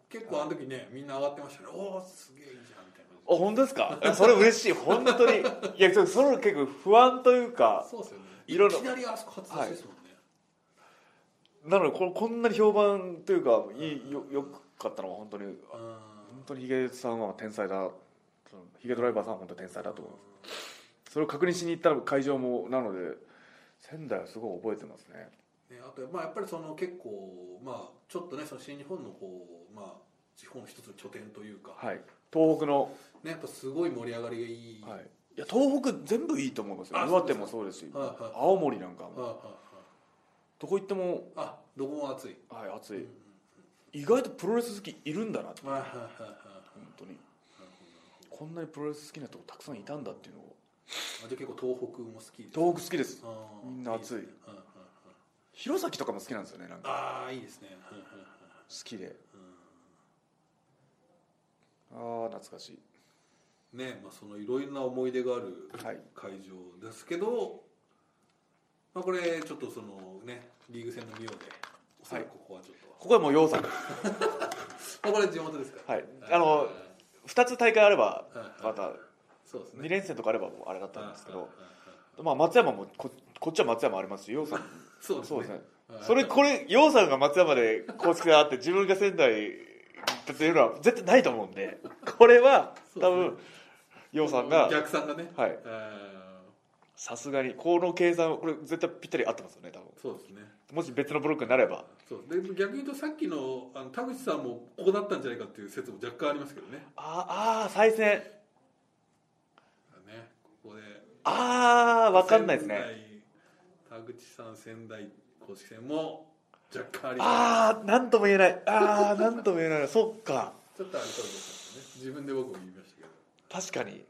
Speaker 2: 結構あの時ねみんな上がってましたねおおすげえいいじゃんみたい
Speaker 1: あ本当です かいやそれ嬉しい本当にいやちょっとそれ結構不安という
Speaker 2: な
Speaker 1: か
Speaker 2: そうですよねい
Speaker 1: いろいろ
Speaker 2: きなりあそこ初出しですもんね、
Speaker 1: なのでここんなに評判というかいいよよかったのは本当に
Speaker 2: うん
Speaker 1: 本当にヒゲさんは天才だそのヒゲドライバーさんは本当に天才だと思いますそれを確認しに行ったら会場もなので仙台はすごい覚えてますね
Speaker 2: ね、あと、まあ、やっぱりその結構、まあ、ちょっとねその新日本のこう、まあ、地方の一つの拠点というか、
Speaker 1: はい東北の、
Speaker 2: ね、やっぱすごい盛り上がりがいい、
Speaker 1: はい、いや東北全部いいと思いますよ
Speaker 2: あ
Speaker 1: 岩手もそうですし
Speaker 2: はいはいはい
Speaker 1: 青森なんかも
Speaker 2: はいはい
Speaker 1: どこ行っても、
Speaker 2: はいあどこも暑い、
Speaker 1: はい、暑
Speaker 2: うん
Speaker 1: い意外とプロレス好きいるんだなって
Speaker 2: はいはいはいはい
Speaker 1: 本当にこんなにプロレス好きなとこたくさんいたんだっていうのを
Speaker 2: あじゃあ結構東北も好きです
Speaker 1: 東北好きです
Speaker 2: あー
Speaker 1: みんな暑い
Speaker 2: ですねはいはいはい
Speaker 1: 弘前とかも好きなんですよねなんか
Speaker 2: ああいいですねはいはいはい
Speaker 1: 好きで
Speaker 2: う
Speaker 1: ああ懐かしい
Speaker 2: んねまあそのいろいろな思い出がある
Speaker 1: はい
Speaker 2: 会場ですけど、まあこれちょっとそのねリーグ戦の妙でおそらくここはちょっと、
Speaker 1: ここはもう要作
Speaker 2: まあこれ地元ですから
Speaker 1: はいあの2つ大会あれば
Speaker 2: はい
Speaker 1: また
Speaker 2: そうですね
Speaker 1: 2連戦とかあればもうあれだったんですけ
Speaker 2: はい
Speaker 1: ど
Speaker 2: はいはい
Speaker 1: まあ松山もここっちは松山ありますし要さん
Speaker 2: そうです
Speaker 1: そうで
Speaker 2: ね
Speaker 1: すね
Speaker 2: はい
Speaker 1: それこれ洋さんが松山で公式があって自分が仙台っていうのは絶対ないと思うんでこれは多分洋さんが
Speaker 2: 逆算がね
Speaker 1: はい
Speaker 2: あ
Speaker 1: さすがにこの計算はこれ絶対ぴったり合ってますよね多分
Speaker 2: ーそうですね
Speaker 1: もし別のブロックになれば
Speaker 2: そうで逆に言うとさっきのあの田口さんもここだったんじゃないかっていう説も若干ありますけどね
Speaker 1: あーあー再戦
Speaker 2: ねここで
Speaker 1: ああ分かんないですね
Speaker 2: 仙台田口さん仙台公式戦も若干ありま
Speaker 1: ああなんとも言えないああなんとも言えないなそっか
Speaker 2: すちょっとありそうですね自分で僕も言いましたけど
Speaker 1: 確かに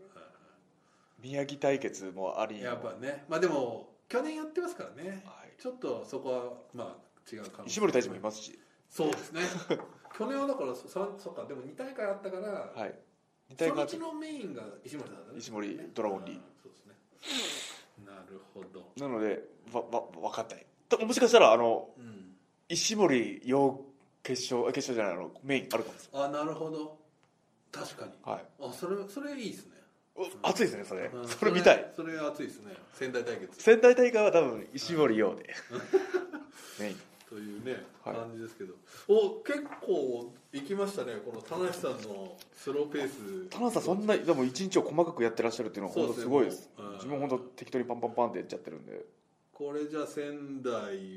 Speaker 1: 宮城対決もあり
Speaker 2: やっぱねまあでも去年やってますからね、
Speaker 1: はい
Speaker 2: ちょっとそこはまあ違う感じ
Speaker 1: 石森大臣もいますし
Speaker 2: そうで すね去年はだからそそそっかでも2大会あったから、
Speaker 1: はい二
Speaker 2: そ
Speaker 1: 対
Speaker 2: のう
Speaker 1: 勝
Speaker 2: ちのメインが石森さんだったね
Speaker 1: 石森ドラゴンリー
Speaker 2: うんそうですねなるほど
Speaker 1: なのでわわ分かんないともしかしたらあの
Speaker 2: うん
Speaker 1: 石森洋決勝あ決勝じゃないあのメインあるかもし
Speaker 2: あなるほど確かに
Speaker 1: れない、はい
Speaker 2: あそれそれいいですね
Speaker 1: お、熱いですねそれ、
Speaker 2: うん
Speaker 1: それ見たい
Speaker 2: それそれ熱いですね仙台対決
Speaker 1: 仙台大会は多分石森 洋でメイン
Speaker 2: というね、
Speaker 1: はい
Speaker 2: 感じですけどお結構いきましたねこの田無さんのスローペース
Speaker 1: 田中さんそんなでも一日を細かくやってらっしゃるっていうのは
Speaker 2: そう
Speaker 1: 本
Speaker 2: で
Speaker 1: 当す
Speaker 2: すね
Speaker 1: ごいです
Speaker 2: うん
Speaker 1: 自分本当適当にパンパンパンってやっちゃってるんで
Speaker 2: これじゃあ仙台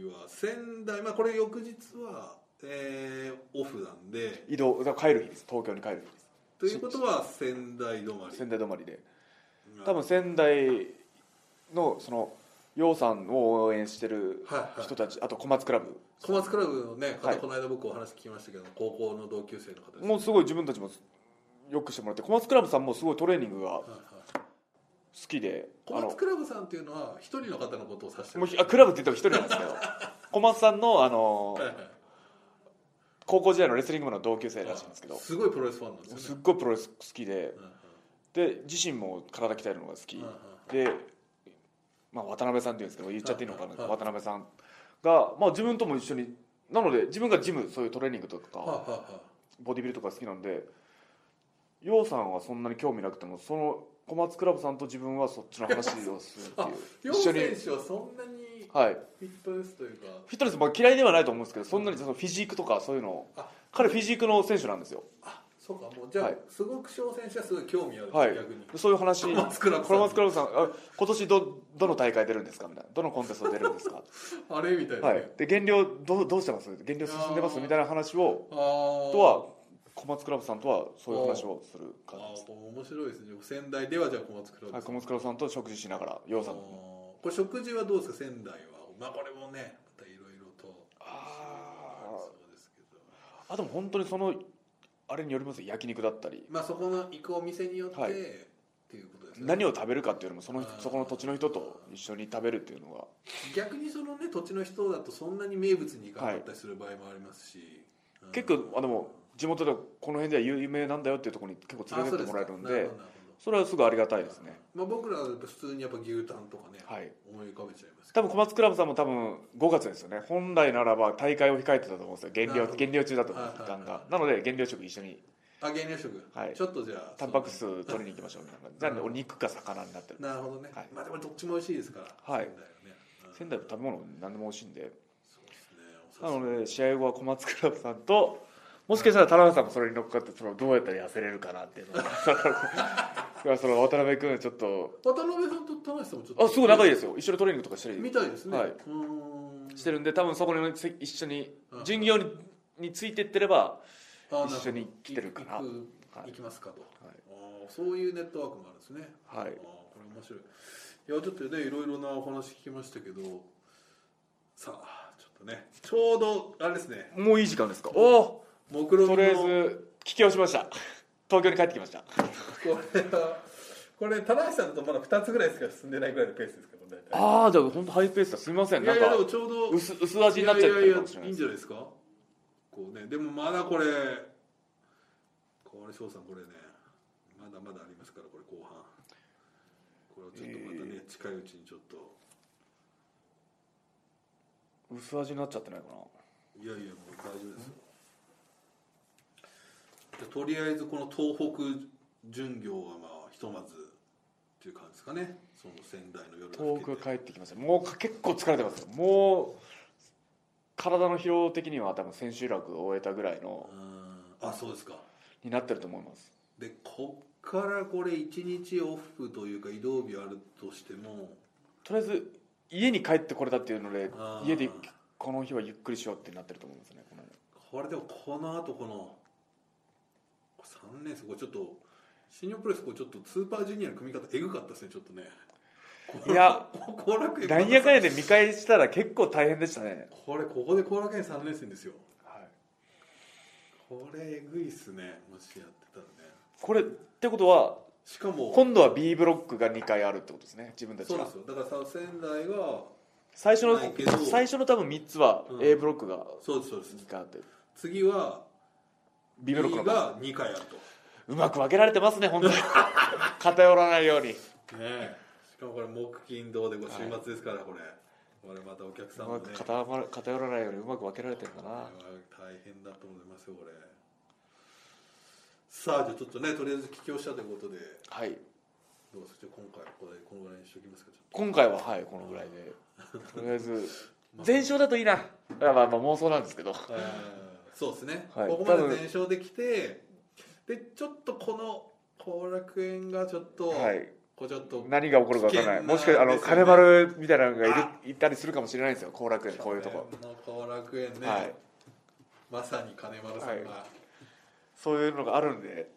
Speaker 2: は仙台まあこれ翌日はえーオフなんで
Speaker 1: 移動だから帰る日です東京に帰る日です
Speaker 2: ということは仙台止まり
Speaker 1: 仙台止まりで
Speaker 2: うん
Speaker 1: 多分仙台のその洋さんを応援してる
Speaker 2: はいはい
Speaker 1: 人たちあと小松クラブ
Speaker 2: 小松クラブのね方、
Speaker 1: はい
Speaker 2: この間僕お話聞きましたけど高校の同級生の方です、
Speaker 1: もうすごい自分たちもよくしてもらって小松クラブさんもすごいトレーニングが好
Speaker 2: はいはい
Speaker 1: きで
Speaker 2: 小
Speaker 1: あの
Speaker 2: 松クラブさんっていうのは一人の方のことを指して
Speaker 1: もう
Speaker 2: る
Speaker 1: ひあクラブって言っても一人なんですけど 小松さんのあの
Speaker 2: はいはい
Speaker 1: 高校時代のレスリング部の同級生らしいんですけど
Speaker 2: すごいプロレスファンなんですよね
Speaker 1: すっごいプロレス好きで
Speaker 2: うんうん
Speaker 1: で自身も体鍛えるのが好き、
Speaker 2: うんうん
Speaker 1: で、まあ、渡辺さんっていうんですけど言っちゃっていいのか
Speaker 2: は
Speaker 1: ない
Speaker 2: はい
Speaker 1: 渡辺さんが、まあ、自分とも一緒になので自分がジムそういうトレーニングと
Speaker 2: はい
Speaker 1: か
Speaker 2: はいはい
Speaker 1: ボディビルとか好きなんで楊さんはそんなに興味なくてもその小松クラブさんと自分はそっちの話をす る
Speaker 2: あ
Speaker 1: ってい
Speaker 2: 両
Speaker 1: う一緒
Speaker 2: 選
Speaker 1: に、
Speaker 2: 手はそんなに
Speaker 1: はい、
Speaker 2: フィットネスというか
Speaker 1: フィットネスも嫌いではないと思うんですけどそんなにそのフィジークとかそういうのを
Speaker 2: あ
Speaker 1: 彼フィジークの選手なんですよ
Speaker 2: あそうかもうじゃあ、
Speaker 1: はい
Speaker 2: すごく小選手はすごい興味ある、
Speaker 1: はい
Speaker 2: 逆に
Speaker 1: そういう話
Speaker 2: 小松クラブさん
Speaker 1: 小松クラブさんあ今年どどの大会出るんですかみたいなどのコンテスト出るん ですか
Speaker 2: あれみたいな、
Speaker 1: は
Speaker 2: ね
Speaker 1: い、で減量どうどうしてます減量進んでま
Speaker 2: あ
Speaker 1: す
Speaker 2: ー
Speaker 1: みたいな話を
Speaker 2: あ
Speaker 1: とは小松クラブさんとはそういう話をする
Speaker 2: あ
Speaker 1: 感じです
Speaker 2: ーこれ面白いですね仙台ではじゃあ小松クラブ
Speaker 1: はい小松クラブさんと食事しながら洋さん
Speaker 2: あーこれ食事はどうですか仙台はまあこれもねまたいろいろとあり
Speaker 1: あ
Speaker 2: そうですけど
Speaker 1: ーあでも本当にそのあれによりますよ焼肉だったり
Speaker 2: まあそこの行くお店によって、
Speaker 1: はい
Speaker 2: っていうことですね
Speaker 1: 何を食べるかっていうよりもその人
Speaker 2: あー
Speaker 1: そこの土地の人と一緒に食べるっていうのが
Speaker 2: 逆にそのね土地の人だとそんなに名物に行かなかったりする場合もありますし、うん
Speaker 1: 結構あでも地元ではこの辺では有名なんだよっていうところに結構連れてってもらえるん
Speaker 2: あ
Speaker 1: です
Speaker 2: そうかなるほどなるほど
Speaker 1: それはすごいありがたいですね
Speaker 2: まあ、僕らはやっぱ普通にやっぱ牛タンとかね、
Speaker 1: はい
Speaker 2: 思い浮かべちゃいますけ
Speaker 1: 多分小松クラブさんも多分5月ですよね本来ならば大会を控えてたと思うんですよ減
Speaker 2: なる
Speaker 1: 量
Speaker 2: ほど
Speaker 1: 減量中だと思うんです
Speaker 2: は
Speaker 1: よ
Speaker 2: いは
Speaker 1: ガ
Speaker 2: いはい
Speaker 1: ンガンなので減量食一緒に
Speaker 2: どあ減量食、
Speaker 1: はい
Speaker 2: ちょっとじゃあ
Speaker 1: タンパク質取りに行きましょうみたいなじゃあねお肉か魚になってる
Speaker 2: なるほどね、
Speaker 1: はい
Speaker 2: まあでもどっちも美味しいですから、
Speaker 1: はい
Speaker 2: 仙台はね、うん
Speaker 1: 仙台も食べ物何でも美味しいんで
Speaker 2: そうですねお
Speaker 1: な
Speaker 2: 刺身
Speaker 1: ので試合後は小松クラブさんともしかしたら田中さんもそれに乗っかってそのどうやったら痩せれるかなっていうのが そのその渡辺君ちょっと
Speaker 2: 渡辺さんと田中さんもちょっと
Speaker 1: あすごい仲いいですよ一緒にトレーニングとかしたり
Speaker 2: みたいですね、
Speaker 1: はいう
Speaker 2: ーん
Speaker 1: してるんで多分そこにせ一緒に
Speaker 2: うん
Speaker 1: 巡業にについてってれば
Speaker 2: あなるほど
Speaker 1: 一緒に来てるかな
Speaker 2: 行く
Speaker 1: はい
Speaker 2: 行きますかと、
Speaker 1: はい
Speaker 2: あーそういうネットワークもあるんですね
Speaker 1: は
Speaker 2: あー
Speaker 1: い
Speaker 2: これ面白いいやちょっとねいろいろなお話聞きましたけどさあちょっとねちょうどあれですね
Speaker 1: もういい時間ですかおお
Speaker 2: 目論見
Speaker 1: と
Speaker 2: の
Speaker 1: りあえず聞きをしました東京に帰ってきました
Speaker 2: これはこれ棚橋さんとまだ2つぐらいしか進んでないぐらいのペースですけど大体
Speaker 1: ああじゃあ本当ハイペースだすみません
Speaker 2: い
Speaker 1: な
Speaker 2: や
Speaker 1: ん
Speaker 2: い
Speaker 1: か
Speaker 2: やでもちょうど
Speaker 1: 薄薄味になっちゃってるかもしれ
Speaker 2: や
Speaker 1: ない
Speaker 2: や
Speaker 1: いで
Speaker 2: いいん
Speaker 1: す
Speaker 2: じゃないですかこうねでもまだこれこれ翔さんこれねまだまだありますからこれ後半これをちょっとまたね、近いうちにちょっと
Speaker 1: 薄味になっちゃってないかない
Speaker 2: やいやもう大丈夫ですよでとりあえずこの東北巡業はまあひとまずっていう感じですかねその仙台の夜
Speaker 1: 遠く
Speaker 2: 更け
Speaker 1: 帰ってきましたもう結構疲れてますよもう体の疲労的には多分千秋楽を終えたぐらいの
Speaker 2: あそうですか
Speaker 1: になってると思います
Speaker 2: でこっからこれ1日オフというか移動日あるとしても
Speaker 1: とりあえず家に帰ってこれたっていうので
Speaker 2: あー
Speaker 1: 家でこの日はゆっくりしようってなってると思いますねこの
Speaker 2: これでもこの後この3連戦これちょっと新日本プロレスこれちょっとスーパージュニアの組み方えぐかったですねちょっとね
Speaker 1: いや
Speaker 2: 後楽園
Speaker 1: なんやかんやで見返したら結構大変でしたね、
Speaker 2: これここで後楽園3連戦ですよこれえぐいっすねもしやってたらね
Speaker 1: これってことは
Speaker 2: しかも
Speaker 1: 今度は B ブロックが2回あるってことですね自分たち
Speaker 2: そうで
Speaker 1: が
Speaker 2: すよだからさ仙台が
Speaker 1: 最初の
Speaker 2: ないけど
Speaker 1: 最初の多分3つは
Speaker 2: うん
Speaker 1: A ブロックが
Speaker 2: そうですそうです
Speaker 1: 2回あって
Speaker 2: 次は
Speaker 1: B ブロックの
Speaker 2: が2回あると
Speaker 1: うまく分けられてますね 本当に偏らないように
Speaker 2: ねえしかもこれ木金土でご週末ですからこれこれまたお客さ
Speaker 1: うん
Speaker 2: も
Speaker 1: ま
Speaker 2: ね
Speaker 1: く偏ら偏らないようにうまく分けられてるか
Speaker 2: これ
Speaker 1: な
Speaker 2: は大変だと思いますよこれさあじゃあちょっとねとりあえず聞きをしたということで
Speaker 1: はい
Speaker 2: どうですか今回はこれこのぐらいにしときますかちょっ
Speaker 1: 今回ははいこのぐらいでとりあえ ず全勝だといいなまあまあ妄想なんですけど
Speaker 2: とあーそうですね、
Speaker 1: はい
Speaker 2: ここまで
Speaker 1: 多分
Speaker 2: 全勝できてでちょっとこの後楽園がちょっと、
Speaker 1: はい
Speaker 2: こうちょっと
Speaker 1: 何が起こるか分からない
Speaker 2: 危険な
Speaker 1: もしかしてあ
Speaker 2: で
Speaker 1: の、
Speaker 2: すよね
Speaker 1: 金丸みたいなのがいる
Speaker 2: あ
Speaker 1: いたりするかもしれないんですよ後楽園こういうとこ、
Speaker 2: 後楽園ね、
Speaker 1: はい
Speaker 2: まさに金丸さんが
Speaker 1: そういうのがあるんで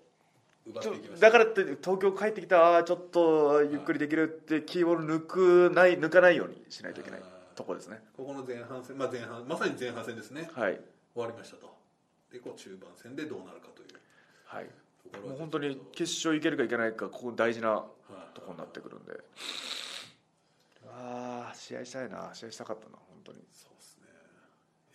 Speaker 2: 奪っ
Speaker 1: ち
Speaker 2: て
Speaker 1: ょ
Speaker 2: いきました、
Speaker 1: だからって東京帰ってきたああちょっとゆっくりできるってキーボード抜くない抜かないようにしないといけない
Speaker 2: あー
Speaker 1: とこですね
Speaker 2: ここの前半戦、まあ、前半まさに前半戦ですね
Speaker 1: はい
Speaker 2: 終わりましたとでこう中盤戦でどうなるかという
Speaker 1: はい
Speaker 2: ところ
Speaker 1: もう
Speaker 2: は
Speaker 1: 本当
Speaker 2: ち
Speaker 1: に
Speaker 2: ょっ
Speaker 1: 決勝いけるかいけないかここ大事な
Speaker 2: とはい
Speaker 1: とこになってくるんでああ試合したいな試合したかったな本当に
Speaker 2: そ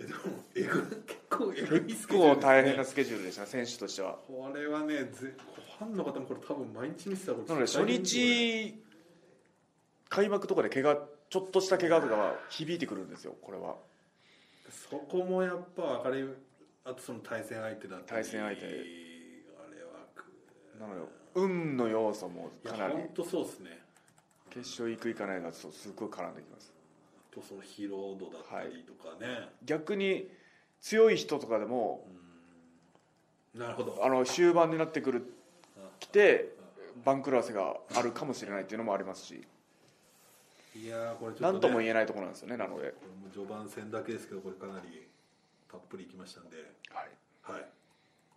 Speaker 2: うですねえでもえぐ結構えぐい
Speaker 1: 結
Speaker 2: スケジ
Speaker 1: 構
Speaker 2: ュールですね
Speaker 1: 大変なスケジュールでしたね選手としては
Speaker 2: これはねぜファンの方もこれ多分毎日見てたら
Speaker 1: なので初日開幕とかで怪我ちょっとした怪我とかは響いてくるんですよこれは
Speaker 2: そこもやっぱ明るいあとその対戦相手だったり
Speaker 1: 対戦相手
Speaker 2: あれはく
Speaker 1: なので運の要素も
Speaker 2: いや
Speaker 1: かなり
Speaker 2: 本当そうですね
Speaker 1: 決勝行く行かないがそうすっごい絡んできます
Speaker 2: あとその疲労度だったりとかね、
Speaker 1: 逆に強い人とかでも
Speaker 2: なるほど
Speaker 1: あの終盤になってくる来て番狂わせがあるかもしれないっていうのもありますし
Speaker 2: いやーこれちょっと、ね、
Speaker 1: 何とも言えないところなんですよねなので
Speaker 2: これも序盤戦だけですけどこれかなりたっぷりいきましたんではい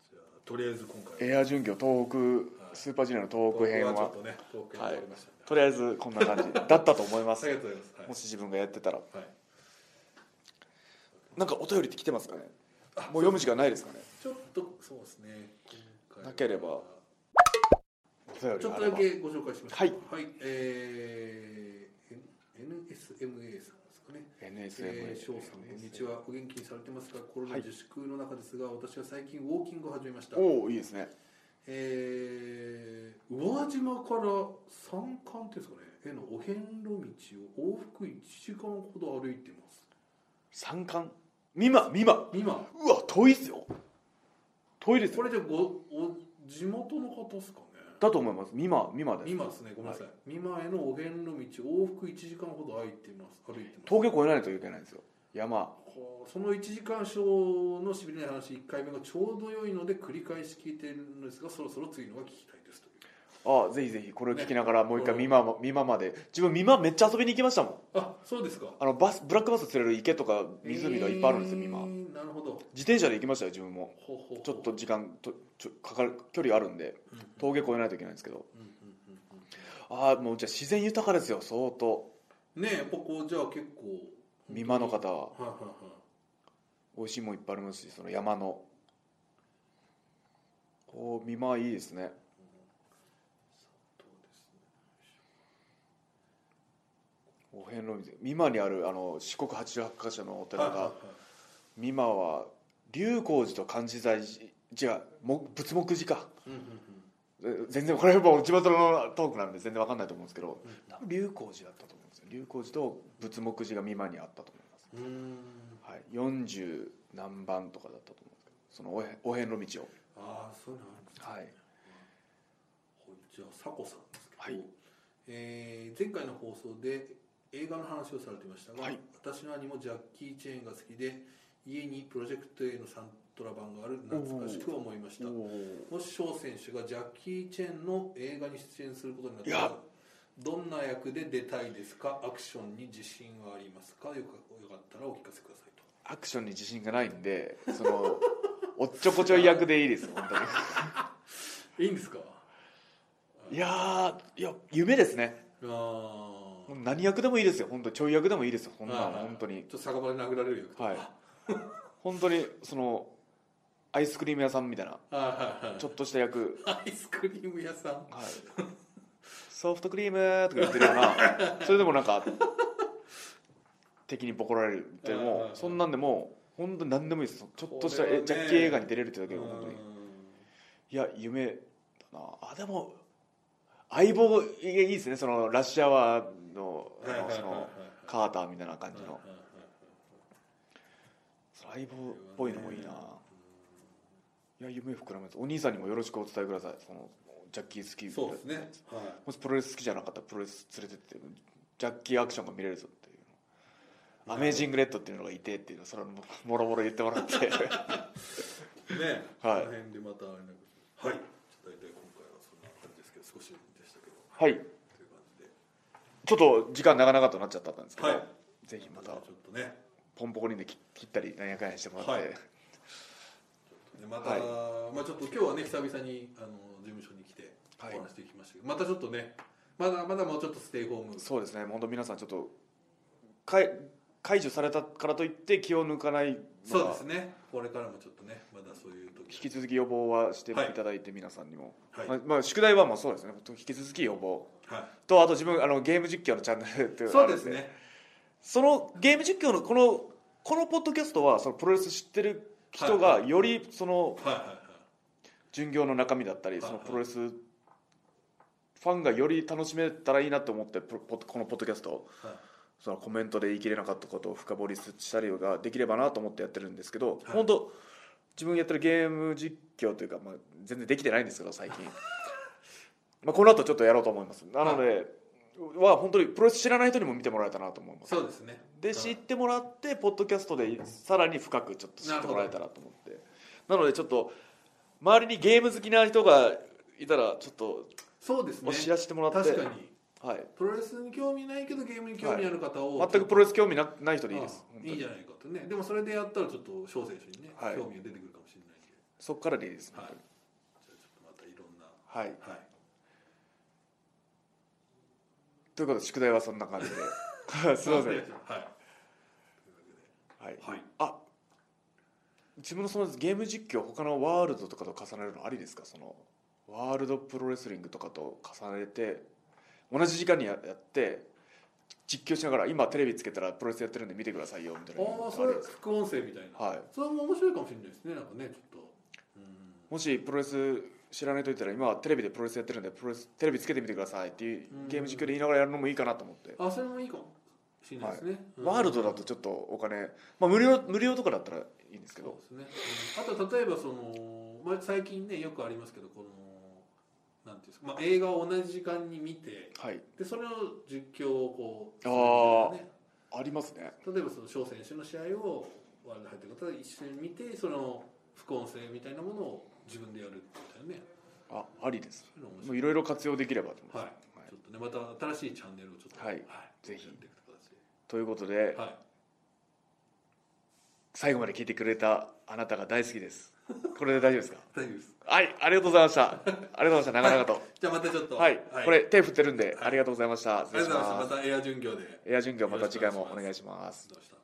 Speaker 2: じゃあとりあえず今回は
Speaker 1: エア準拠東北スーパージュニアの東北編
Speaker 2: ちょっ
Speaker 1: は
Speaker 2: とね東京
Speaker 1: は
Speaker 2: 終
Speaker 1: い
Speaker 2: わりましたんで、
Speaker 1: とりあえずこんな感じだったと思いま
Speaker 2: あり
Speaker 1: す
Speaker 2: がとうございます、はい
Speaker 1: もし自分がやってたら
Speaker 2: はい、
Speaker 1: なんかお便りって来てますかねもう読む時間ないですかね
Speaker 2: ちょっとそうですね今回は
Speaker 1: なければお便り
Speaker 2: ちょっ
Speaker 1: があれ
Speaker 2: とだ
Speaker 1: ば
Speaker 2: けご紹介しましょう
Speaker 1: はい、
Speaker 2: はい、えー N- NSMA さんですかね
Speaker 1: NSMA
Speaker 2: えー翔さん、こんにちは。お元気にされてますかコロナ自粛の中ですが、私は最近ウォーキングを始めました。
Speaker 1: おおいいですね
Speaker 2: えー、宇和島から山間っていうんですかね、へのお遍路道を往復1時間ほど歩いてます。
Speaker 1: 三冠美馬美馬
Speaker 2: 今、
Speaker 1: うわ遠いっすよ遠いです
Speaker 2: こ
Speaker 1: よ
Speaker 2: れじゃあごお地元の方ですかね。
Speaker 1: だと思います美馬美馬です
Speaker 2: 今ですね、ごめんなさい。今へのお遍路道往復1時間ほど歩いてます。歩いてます。
Speaker 1: 峠越えないといけないんですよ山
Speaker 2: こうその1時間小のしびれない話1回目がちょうど良いので繰り返し聞いているのですがそろそろ次のが聞きたいですという
Speaker 1: ああぜひぜひこれを聞きながらもう一回
Speaker 2: ね
Speaker 1: 美馬も美馬まで自分美馬めっちゃ遊びに行きましたもん
Speaker 2: あそうですか
Speaker 1: あのバスブラックバス釣れる池とか湖がいっぱいあるんですよ美馬
Speaker 2: えーなるほど
Speaker 1: 自転車で行きましたよ自分も
Speaker 2: ほうほうほう
Speaker 1: ちょっと時間とちょかかる距離あるんで
Speaker 2: うんうん
Speaker 1: 峠越えないといけないんですけど
Speaker 2: うんうんうん
Speaker 1: ああもうじゃあ自然豊かですよ相当
Speaker 2: うんねえここじゃあ結構
Speaker 1: 美馬の
Speaker 2: はい
Speaker 1: 方は
Speaker 2: はいはい
Speaker 1: 美味しいもんいっぱいありますしその山のおー見舞いいですね
Speaker 2: そうですね
Speaker 1: お遍路水美馬にあるあの四国八十八箇所のお寺
Speaker 2: はいはい
Speaker 1: が
Speaker 2: はい
Speaker 1: 美馬は龍光寺と漢字財寺違うも仏目寺か
Speaker 2: うんうんうん
Speaker 1: え全然これはもう地元のトークなんで全然わかんないと思うんですけど多分龍光寺だったと思うんですよ龍光寺と仏目寺が美馬にあったと思います
Speaker 2: うーん
Speaker 1: はい、40何番とかだったと思うんですけどそのおへお遍路道を
Speaker 2: ああそうなんですね
Speaker 1: はい
Speaker 2: こんにちは佐古さんですけど、
Speaker 1: はい
Speaker 2: えー前回の放送で映画の話をされていましたが、
Speaker 1: はい
Speaker 2: 私の兄もジャッキー・チェーンが好きで家にプロジェクト A のサントラ版がある懐かしく思いましたもし翔選手がジャッキー・チェーンの映画に出演することになった
Speaker 1: い
Speaker 2: ら
Speaker 1: や
Speaker 2: どんな役で出たいですかアクションに自信はありますかよかよかったらお聞かせくださいと
Speaker 1: アクションに自信がないんでその おっちょこちょい役でいいです本当
Speaker 2: いいんですか
Speaker 1: にいやーいや夢ですね
Speaker 2: あ
Speaker 1: も
Speaker 2: ー
Speaker 1: う何役でもいいですよ本当にちょい役でもいいですよこんな
Speaker 2: は
Speaker 1: の
Speaker 2: いはい
Speaker 1: 本当に
Speaker 2: ちょっと酒場で殴られる役とか
Speaker 1: はい本当にそのアイスクリーム屋さんみたいな
Speaker 2: あはいはいはい
Speaker 1: ちょっとした役
Speaker 2: アイスクリーム屋さん
Speaker 1: はいソフトクリームとか言ってるよう なそれでもなんか敵にボコられるって
Speaker 2: はいはい
Speaker 1: も
Speaker 2: はいう
Speaker 1: そんなんでもう本当に何でもいいですちょっとした
Speaker 2: これ
Speaker 1: え
Speaker 2: はね
Speaker 1: ジャッキー映画に出れるってだけで
Speaker 2: う
Speaker 1: も本当に
Speaker 2: ん
Speaker 1: いや夢だなあでも相棒いいですねそのラッシュアワーのあ
Speaker 2: はいはい
Speaker 1: の
Speaker 2: はい
Speaker 1: そ
Speaker 2: はい
Speaker 1: のカーターみたいな感じの
Speaker 2: はいはいはい
Speaker 1: その相棒っぽいのもいいないや夢膨らますお兄さんにもよろしくお伝えくださいそのジャッキー好き
Speaker 2: そうですねはい
Speaker 1: もしプロレス好きじゃなかったらプロレス連れてってジャッキーアクションが見れるぞっていうアメージングレッドっていうのがいてっていうのをそれをももろもろ言っても らって
Speaker 2: ね
Speaker 1: はい
Speaker 2: この辺でまた連絡はいちょっと大体今回はそんな感じですけど少しでしたけど
Speaker 1: はい
Speaker 2: という感じで
Speaker 1: ちょっと時間長々となっちゃったんですけど、
Speaker 2: はい
Speaker 1: ぜひまた
Speaker 2: ちょっとね
Speaker 1: ポンポコリンで切切ったり何やかんやしてもらって、
Speaker 2: はいでまた、
Speaker 1: はい
Speaker 2: まあちょっと今日はね久々にあの事務所に来てお
Speaker 1: はい
Speaker 2: 話できましたけど、またちょっとねまだまだもうちょっとステイホーム
Speaker 1: そうですね本当皆さんちょっと解解除されたからといって気を抜かないの
Speaker 2: そう
Speaker 1: が
Speaker 2: ですねこれからもちょっとねまだそういう時
Speaker 1: 引き続き予防はしてい
Speaker 2: はい
Speaker 1: ただいて皆さんにも、
Speaker 2: はい
Speaker 1: まあまあ、宿題はもうそうですね引き続き予防
Speaker 2: はい
Speaker 1: とあと自分あのゲーム実況のチャンネルっていうのが
Speaker 2: そ
Speaker 1: あ
Speaker 2: う
Speaker 1: るん
Speaker 2: ですね
Speaker 1: そのゲーム実況のこのこのポッドキャストはそのプロレス知ってる人
Speaker 2: は
Speaker 1: が
Speaker 2: い
Speaker 1: よりその
Speaker 2: はいはいはい
Speaker 1: 巡業の中身だったり
Speaker 2: はい
Speaker 1: そ
Speaker 2: はい
Speaker 1: のプロレスファンがより楽しめたらいいなと思ってプロポッこのポッドキャストを
Speaker 2: はい
Speaker 1: そのコメントで言い切れなかったことを深掘りしたりができればなと思ってやってるんですけど、
Speaker 2: はい
Speaker 1: 本当自分やってるゲーム実況というか、まあ、全然できてないんですけど最 近まあこの後ちょっとやろうと思いますなので、は本当にプロレス知らない人にも見てもらえたなと思います
Speaker 2: そうですね
Speaker 1: で知ってもらってポッドキャストでさらに深くちょっと知ってもらえたらと思ってなのでちょっと周りにゲーム好きな人がいたらちょっと
Speaker 2: そうですね
Speaker 1: お知らせしてもらって、
Speaker 2: 確かに
Speaker 1: はい、
Speaker 2: プロレスに興味ないけどゲームに興味ある方を、
Speaker 1: 全くプロレス興味なない人でいいです
Speaker 2: ああ
Speaker 1: 本当
Speaker 2: い
Speaker 1: に
Speaker 2: いじゃないかとねでもそれでやったらちょっと翔選手にね、
Speaker 1: はい
Speaker 2: 興味が出てくるかもしれないんで
Speaker 1: そこからでいいです
Speaker 2: はい
Speaker 1: 本
Speaker 2: じゃあちょっとまたいろんな
Speaker 1: 当にはい
Speaker 2: はい
Speaker 1: ということで宿題はそんな感じで すいません、
Speaker 2: は
Speaker 1: は
Speaker 2: い
Speaker 1: い、
Speaker 2: はい
Speaker 1: あ自分のそのゲーム実況他のワールドとかと重ねるのありですかそのワールドプロレスリングとかと重ねて同じ時間にややって実況しながら今テレビつけたらプロレスやってるんで見てくださいよみたいな
Speaker 2: ああそ
Speaker 1: のあ
Speaker 2: れ
Speaker 1: りですか
Speaker 2: 副音声みたいな、
Speaker 1: はい
Speaker 2: それも面白いかもしれないですねなんかねちょっとうん
Speaker 1: もしプロレス知らないといたら今はテレビでプロレスやってるんでプロレステレビつけてみてくださいっていう
Speaker 2: うん
Speaker 1: ゲーム実況で言いながらやるのもいいかなと思って
Speaker 2: あそれもいいかもしれないですね、うん
Speaker 1: ワールドだとちょっとお金、まあ、無料無料とかだったらいいんですけど
Speaker 2: そうですね、うんあと例えばその、まあ、最近ねよくありますけどこのなんていうんですか、まあ、映画を同じ時間に見て
Speaker 1: はい
Speaker 2: でそれを実況をこう
Speaker 1: あー
Speaker 2: ね
Speaker 1: ありますね
Speaker 2: 例えばその翔選手の試合をワールド入ってる方が一緒に見てその副音声みたいなものを自分でやるみたいなね
Speaker 1: あありです
Speaker 2: そういうの面
Speaker 1: も
Speaker 2: 白
Speaker 1: う
Speaker 2: い
Speaker 1: いろいろ活用できればと思います
Speaker 2: はい、ちょっとねまた新しいチャンネルをちょっと
Speaker 1: はい
Speaker 2: ぜ
Speaker 1: ぜ
Speaker 2: ひ
Speaker 1: ひ
Speaker 2: やっていく形
Speaker 1: ということで、
Speaker 2: ではい
Speaker 1: 最後まで聞いてくれたあなたが大好きですこれで大丈夫ですか
Speaker 2: 大丈夫です
Speaker 1: はいありがとうございましたありがとうございました長々と
Speaker 2: じゃあまたちょっと
Speaker 1: はい、こ
Speaker 2: あ
Speaker 1: れ手振ってるんで、ありがとうございました
Speaker 2: りがとうございましたま
Speaker 1: 失礼
Speaker 2: たエア巡業で
Speaker 1: エア巡業また次回もお願いします
Speaker 2: どうした